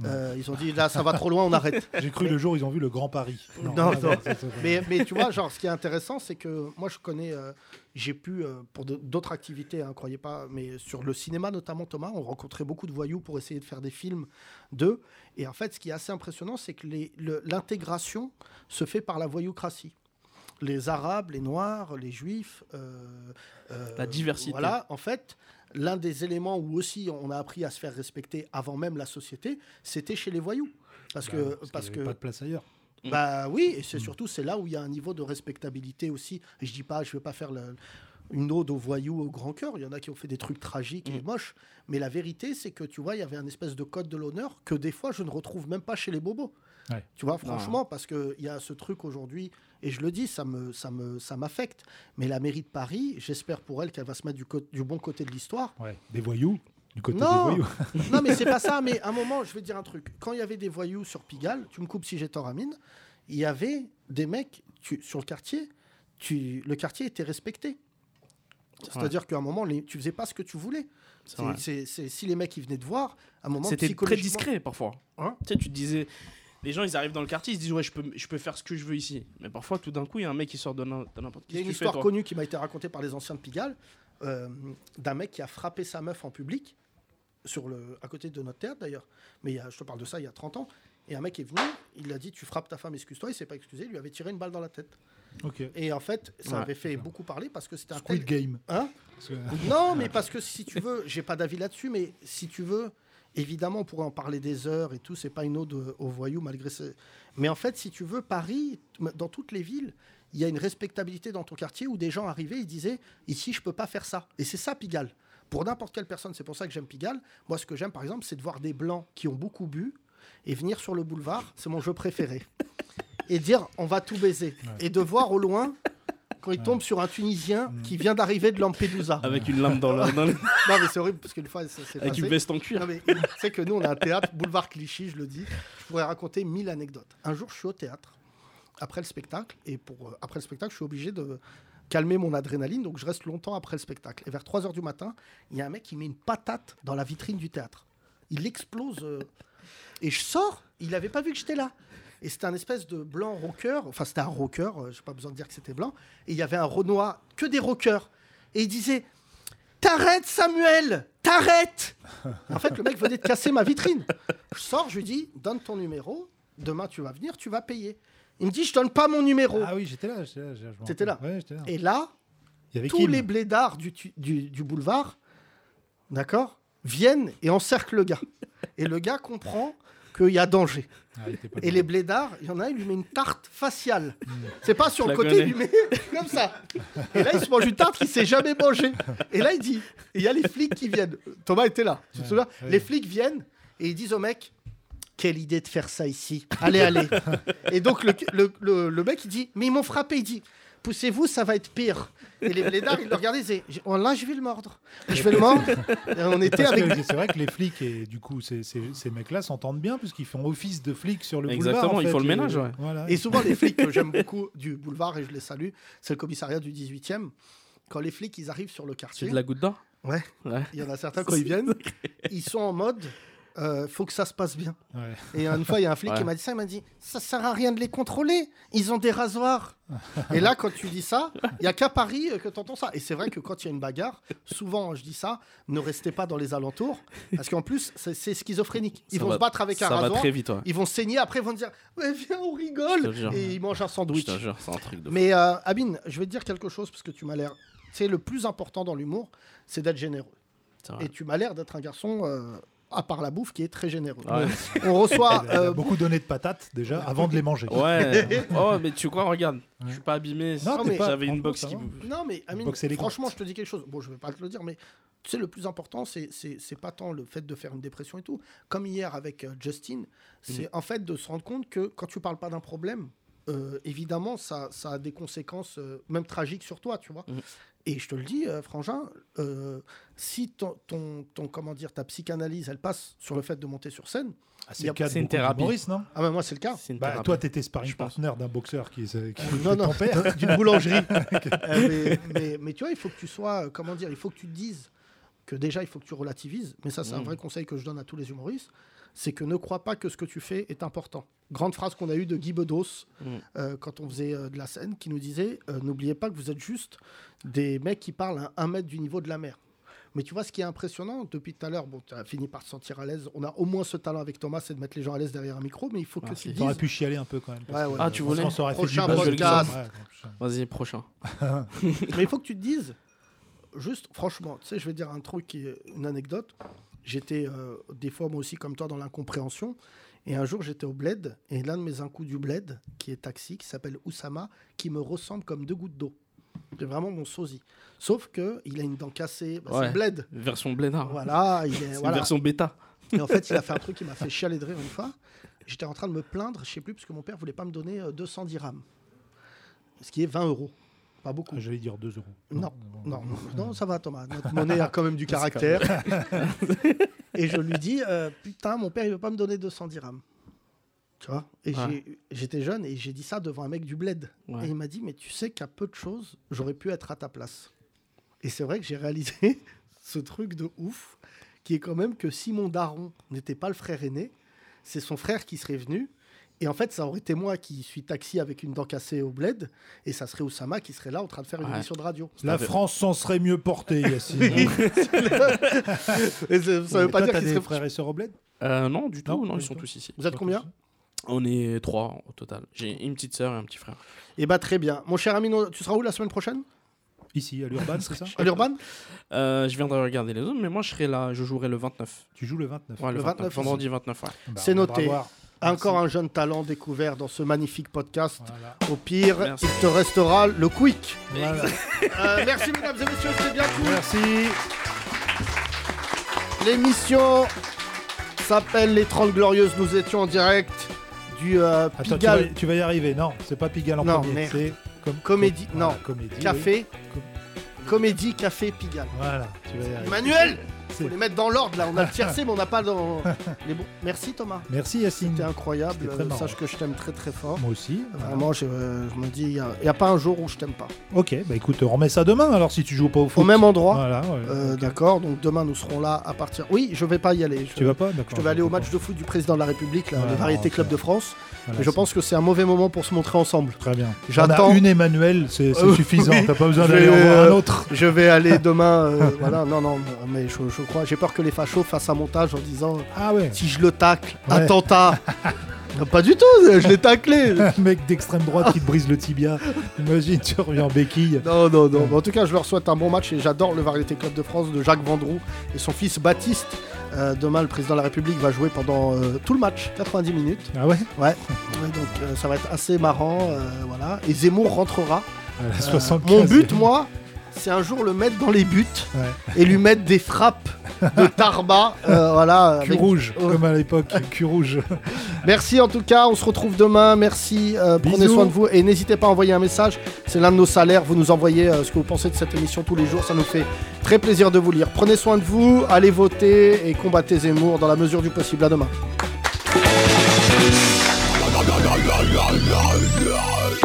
Mm.
Euh, ils ont dit là, ça va trop loin, on arrête.
J'ai cru le jour ils ont vu le Grand Paris.
Non,
c'est-
non.
c'est- c'est-
Mais, mais tu vois, genre, ce qui est intéressant, c'est que moi, je connais, euh, j'ai pu, euh, pour de- d'autres activités, hein, croyez pas, mais sur le cinéma notamment, Thomas, on rencontrait beaucoup de voyous pour essayer de faire des films d'eux. Et en fait, ce qui est assez impressionnant, c'est que les- le- l'intégration se fait par la voyoucratie. les Arabes, les Noirs, les Juifs. euh, euh,
La diversité.
Voilà, en fait, l'un des éléments où aussi on a appris à se faire respecter avant même la société, c'était chez les voyous. Parce
Bah,
que,
qu'il
parce
y
que
avait pas de place ailleurs.
bah oui, et c'est surtout c'est là où il y a un niveau de respectabilité aussi. Et Je dis pas, je veux pas faire le- une ode aux voyous au grand cœur. Il y en a qui ont fait des trucs tragiques et
Mm.
moches. Mais la vérité, c'est que tu vois, il y avait un espèce de code de l'honneur que des fois je ne retrouve même pas chez les bobos.
Ouais.
Tu vois, franchement, parce que il y a ce truc aujourd'hui. Et je le dis, ça me, ça me, ça m'affecte. Mais la mairie de Paris, j'espère pour elle qu'elle va se mettre du, co- du bon côté de l'histoire.
Ouais. Des voyous du côté
Non.
des voyous.
Non, mais c'est pas ça. Mais à un moment, je vais te dire un truc. Quand il y avait des voyous sur Pigalle, tu me coupes si j'ai tort, Amine, il y avait des mecs tu- sur le quartier. Tu, le quartier était respecté. C'est-à-dire qu'à un moment, les- tu faisais pas ce que tu voulais.
C'est
C'est-
vrai.
c'est- c'est- si les mecs ils venaient te voir, à un moment,
C'était très
psychologiquement-
discret parfois.
Hein
tu sais, tu te disais. Les gens, ils arrivent dans le quartier, ils se disent Ouais, je peux, je peux faire ce que je veux ici. Mais parfois, tout d'un coup, il y a un mec qui sort de n'im- de n'importe
Il y a une
Qu'est-ce que tu fais,
histoire
toi
connue qui m'a été racontée par les anciens de Pigalle euh, d'un mec qui a frappé sa meuf en public, sur le, à côté de notre théâtre d'ailleurs. Mais il y a- je te parle de ça il y a 30 ans. Et un mec est venu, il a dit Tu frappes ta femme, excuse-toi. Il s'est pas excusé, il lui avait tiré une balle dans la tête.
Ok.
Et en fait, ça
Ouais.
avait fait beaucoup parler parce que c'était un
Squid
tel-
Game.
Hein
Parce que-
non, mais parce que si tu veux, j'ai pas d'avis là-dessus, mais si tu veux, évidemment, on pourrait en parler des heures et tout, c'est pas une ode euh, aux voyous malgré ce. Mais en fait, si tu veux, Paris, m- dans toutes les villes, il y a une respectabilité dans ton quartier où des gens arrivaient, ils disaient ici, je peux pas faire ça. Et c'est ça, Pigalle. Pour n'importe quelle personne, c'est pour ça que j'aime Pigalle. Moi, ce que j'aime, par exemple, c'est de voir des blancs qui ont beaucoup bu et venir sur le boulevard, c'est mon jeu préféré. Et dire on va tout baiser. Et de voir au loin, quand il tombe sur un Tunisien qui vient d'arriver de Lampedusa.
Avec une lame dans la. dans le-
Non, mais c'est horrible parce qu'une fois, ça s'est
Avec
passé.
une veste en cuir.
Non, mais tu sais que nous, on a un théâtre, boulevard Clichy, je le dis. Je pourrais raconter mille anecdotes. Un jour, je suis au théâtre, après le spectacle, et pour, euh, après le spectacle, je suis obligé de calmer mon adrénaline, donc je reste longtemps après le spectacle. Et vers 3 h du matin, il y a un mec qui met une patate dans la vitrine du théâtre. Il explose. euh, et je sors, il n'avait pas vu que j'étais là. Et c'était un espèce de blanc rocker, enfin c'était un rocker, euh, j'ai pas besoin de dire que c'était blanc. Et il y avait un Renoir, que des rockers. Et il disait T'arrêtes Samuel T'arrêtes En fait, le mec venait de casser ma vitrine. Je sors, je lui dis Donne ton numéro, demain tu vas venir, tu vas payer. Il me dit Je donne pas mon numéro.
Ah oui, j'étais là. j'étais là, je- je me
T'étais
rappelle. Ouais, j'étais là.
Et là,
Il y avait
tous
Kim.
les blédards du, tu- du, du boulevard, d'accord, viennent et encerclent le gars. Et le gars comprend qu'il y a danger.
Ah, il était pas Hmm.
Et
bon.
les blédards, il y en a, il lui met une tarte faciale. C'est pas sur
Je
le
la
côté,
connais.
il lui met comme ça. Et là, il se mange une tarte qu'il s'est jamais mangée. Et là, il dit, et il y a les flics qui viennent. Thomas était là, tu te
Ouais,
souviens
ouais.
Les flics viennent et ils disent au mec, quelle idée de faire ça ici. Allez, allez. et donc, le, le, le- le mec, il dit, mais ils m'ont frappé. Il dit, poussez-vous, ça va être pire. Et les blédards, ils le regardaient, ils disaient, Oh là, je vais le mordre. Je vais le mordre. Et on était
Parce
avec
que C'est vrai que les flics et du coup ces, ces- ces mecs-là s'entendent bien puisqu'ils font office de flics sur le
Exactement,
boulevard. en
ils font
fait,
le
les-
ménage, ouais.
Voilà.
Et souvent, les flics que j'aime beaucoup du boulevard, et je les salue, c'est le commissariat du 18e. Quand les flics, ils arrivent sur le
C'est
quartier,
de la goutte d'or
Ouais.
Ouais.
il y en a certains, quand ils viennent, ils sont en mode euh, faut que ça se passe bien.
Ouais.
Et une fois, il y a un flic
Ouais.
qui m'a dit ça, il m'a dit ça sert à rien de les contrôler, ils ont des rasoirs. et là, quand tu dis ça, il y a qu'à Paris euh, que tu entends ça. Et c'est vrai que quand il y a une bagarre, souvent, je dis ça, ne restez pas dans les alentours, parce qu'en plus, c'est c'est schizophrénique. Ils
Ça
vont
va-
se battre avec un
Ça va
rasoir.
très vite, ouais.
Ils vont saigner, après ils vont dire Mais viens, on
Je
rigole
te jure.
Et ils mangent un
Je
sandwich.
te jure, c'est un truc de. fou.
Mais euh, Amine, je vais te dire quelque chose parce que tu m'as l'air. Tu sais, le plus important dans l'humour, c'est d'être généreux.
C'est vrai.
Et tu m'as l'air d'être un garçon, euh, à part la bouffe, qui est très généreux.
Ouais.
On reçoit.
Il a
euh,
beaucoup donné de patates déjà avant de les manger.
Ouais. oh, mais tu crois, regarde, je suis pas abîmé.
Non,
t'es pas-
J'avais une
franchement,
box
ça
qui.
va.
Non, mais Amine,
Boxe élégante.
franchement, je te dis quelque chose. Bon, je vais pas te le dire, mais tu sais, le plus important, c'est- c'est c'est pas tant le fait de faire une dépression et tout. Comme hier avec euh, Justin, c'est en fait de se rendre compte que quand tu parles pas d'un problème, euh, évidemment, ça, ça a des conséquences, euh, même tragiques sur toi, tu vois.
Mhm.
Et je te le dis, euh, Frangin, euh, si ton, ton, ton- comment dire, ta psychanalyse, elle passe sur le fait de monter sur scène, Il
Ah,
y
c'est
a-
le cas de
c'est une
beaucoup
thérapie.
d'humoristes, non
ah ben moi, c'est le cas.
C'est une
Bah,
thérapie.
toi, t'étais sparring
Je pense.
partner d'un boxeur qui, se- qui
Non,
était
non.
ton père.
d'une boulangerie. Euh, mais, mais- mais tu vois, il faut que tu sois, euh, comment dire, il faut que tu te dises que déjà, il faut que tu relativises. Mais ça, c'est un
Mm.
vrai conseil que je donne à tous les humoristes. C'est que ne crois pas que ce que tu fais est important. Grande phrase qu'on a eue de Guy Bedos
Mm.
euh, quand on faisait euh, de la scène, qui nous disait euh, N'oubliez pas que vous êtes juste des mecs qui parlent à un mètre du niveau de la mer. Mais tu vois, ce qui est impressionnant, depuis tout à l'heure, bon, tu as fini par te sentir à l'aise. On a au moins ce talent avec Thomas, c'est de mettre les gens à l'aise derrière un micro, mais il faut que tu
Merci.
dises.
T'aurais pu chialer un peu quand même. parce
Ouais, ouais.
que,
Ah, tu
euh,
voulais
on s'aurait fait du
Prochain
buzz de
podcast.
l'exemple, ouais, prochain.
Vas-y, prochain.
Mais il faut que tu te dises, juste franchement, tu sais, je vais dire un truc, qui est une anecdote. J'étais euh, des fois, moi aussi, comme toi, dans l'incompréhension. Et un jour, j'étais au bled, et l'un de mes incous du bled, qui est taxi, qui s'appelle Oussama, qui me ressemble comme deux gouttes d'eau. C'est vraiment mon sosie. Sauf que il a une dent cassée. Bah,
Ouais.
C'est bled.
Version blénard.
Voilà, il est,
C'est
voilà.
une version bêta.
Et en fait, il a fait un truc qui m'a fait chialer de rire une fois. J'étais en train de me plaindre, je sais plus, parce que mon père voulait pas me donner euh, 200 dirhams. Ce qui est 20 euros. Pas beaucoup.
Ah, J'allais dire 2 euros.
Non, Non, non, ça va, Thomas. Notre monnaie a quand même du caractère. et je lui dis, euh, putain, mon père, il veut pas me donner 200 dirhams. Tu vois Et
Ouais.
j'ai- j'étais jeune et j'ai dit ça devant un mec du bled.
Ouais.
Et il m'a dit, mais tu sais qu'à peu de choses, j'aurais pu être à ta place. Et c'est vrai que j'ai réalisé ce truc de ouf, qui est quand même que si mon daron n'était pas le frère aîné, c'est son frère qui serait venu. Et en fait, ça aurait été moi qui suis taxi avec une dent cassée au bled, et ça serait Oussama qui serait là en train de faire une
Ouais.
émission de radio.
La France s'en serait mieux portée, Yacine.
Oui. Et c'est- ça veut pas dire
que
qu'il
des
serait
frères et sœurs au bled
Euh, non, du tout.
Non,
Non,
pas
ils
du
sont
tout.
tous ici.
Vous êtes combien
On est trois au total. J'ai une petite sœur et un petit frère.
Eh bah très bien. Mon cher Amino, tu seras où la semaine prochaine
Ici, à l'Urban, c'est ça
À l'Urban
Euh, je viendrai regarder les autres, mais moi je serai là. Je jouerai le 29.
Tu joues le 29.
Ouais, le,
Le
29,
29,
vendredi 29. Ouais.
Bah,
c'est
on
noté.
va voir.
Encore un jeune talent découvert dans ce magnifique podcast.
Voilà.
Au pire,
Merci.
il te restera le quick.
Voilà.
Euh, merci mesdames et messieurs, c'était bien cool.
Merci.
L'émission s'appelle Les 30 Glorieuses. Nous étions en direct du euh,
Attends, tu
Pigalle
vas- tu vas y arriver. Non, c'est pas Pigalle en
Non,
premier.
merde.
C'est comme
Comédie-
voilà,
non.
comédie. oui.
Café. Comédie Café Pigalle.
Voilà, tu vas y arriver.
Manuel
C'est-
Faut les mettre dans l'ordre là, on a le tiercé mais on n'a pas dans les bons. Merci Thomas.
Merci Yacine.
C'était incroyable.
C'était très
Euh,
marrant.
Sache que je t'aime très très fort.
Moi aussi. voilà.
Vraiment, je, euh, je me dis, il n'y a, y a pas un jour où je t'aime pas.
Ok, bah écoute, on remet ça demain alors si tu joues pas au foot.
Au même endroit.
Voilà, ouais.
Euh, D'accord, donc demain nous serons là à partir. Oui, je vais pas y aller. Je,
Tu vas pas D'accord.
je devais aller au match de foot du président de la République, là,
Ouais,
le Variété
non,
Club
c'est-
de France.
Voilà,
mais je
c'est-
pense que c'est un mauvais moment pour se montrer ensemble.
Très bien.
J'attends-
On a une Emmanuel, c'est c'est
Euh,
suffisant.
oui.
T'as pas besoin
Je
d'aller en
vais,
voir un
euh,
autre.
Je vais aller demain. euh, voilà, non, non, mais je, je crois. J'ai peur que les fachos fassent un montage en disant
Ah ouais.
si je le tacle,
Ouais.
attentat. Non, pas du tout, je l'ai taclé.
Un mec d'extrême droite qui te brise le tibia. Imagine, tu reviens en béquille.
Non, non, non. Mais En tout cas, je leur souhaite un bon match et j'adore le Variété Club de France de Jacques Vendroux et son fils Baptiste. Euh, demain, le président de la République va jouer pendant euh, tout le match, 90 minutes.
Ah ouais
Ouais, donc, euh, ça va être assez marrant. euh, voilà. Et Zemmour rentrera.
À la
Euh,
75.
mon but, moi, c'est un jour le mettre dans les buts
Ouais.
et lui mettre des frappes de tarba. euh, voilà.
Cul
avec-
rouge,
Oh.
comme à l'époque, cul rouge.
Merci en tout cas, on se retrouve demain. Merci, euh, prenez
Bisous.
soin de vous et n'hésitez pas à envoyer un message. C'est l'un de nos salaires. Vous nous envoyez euh, ce que vous pensez de cette émission tous les jours. Ça nous fait très plaisir de vous lire. Prenez soin de vous, allez voter et combattez Zemmour dans la mesure du possible. À demain.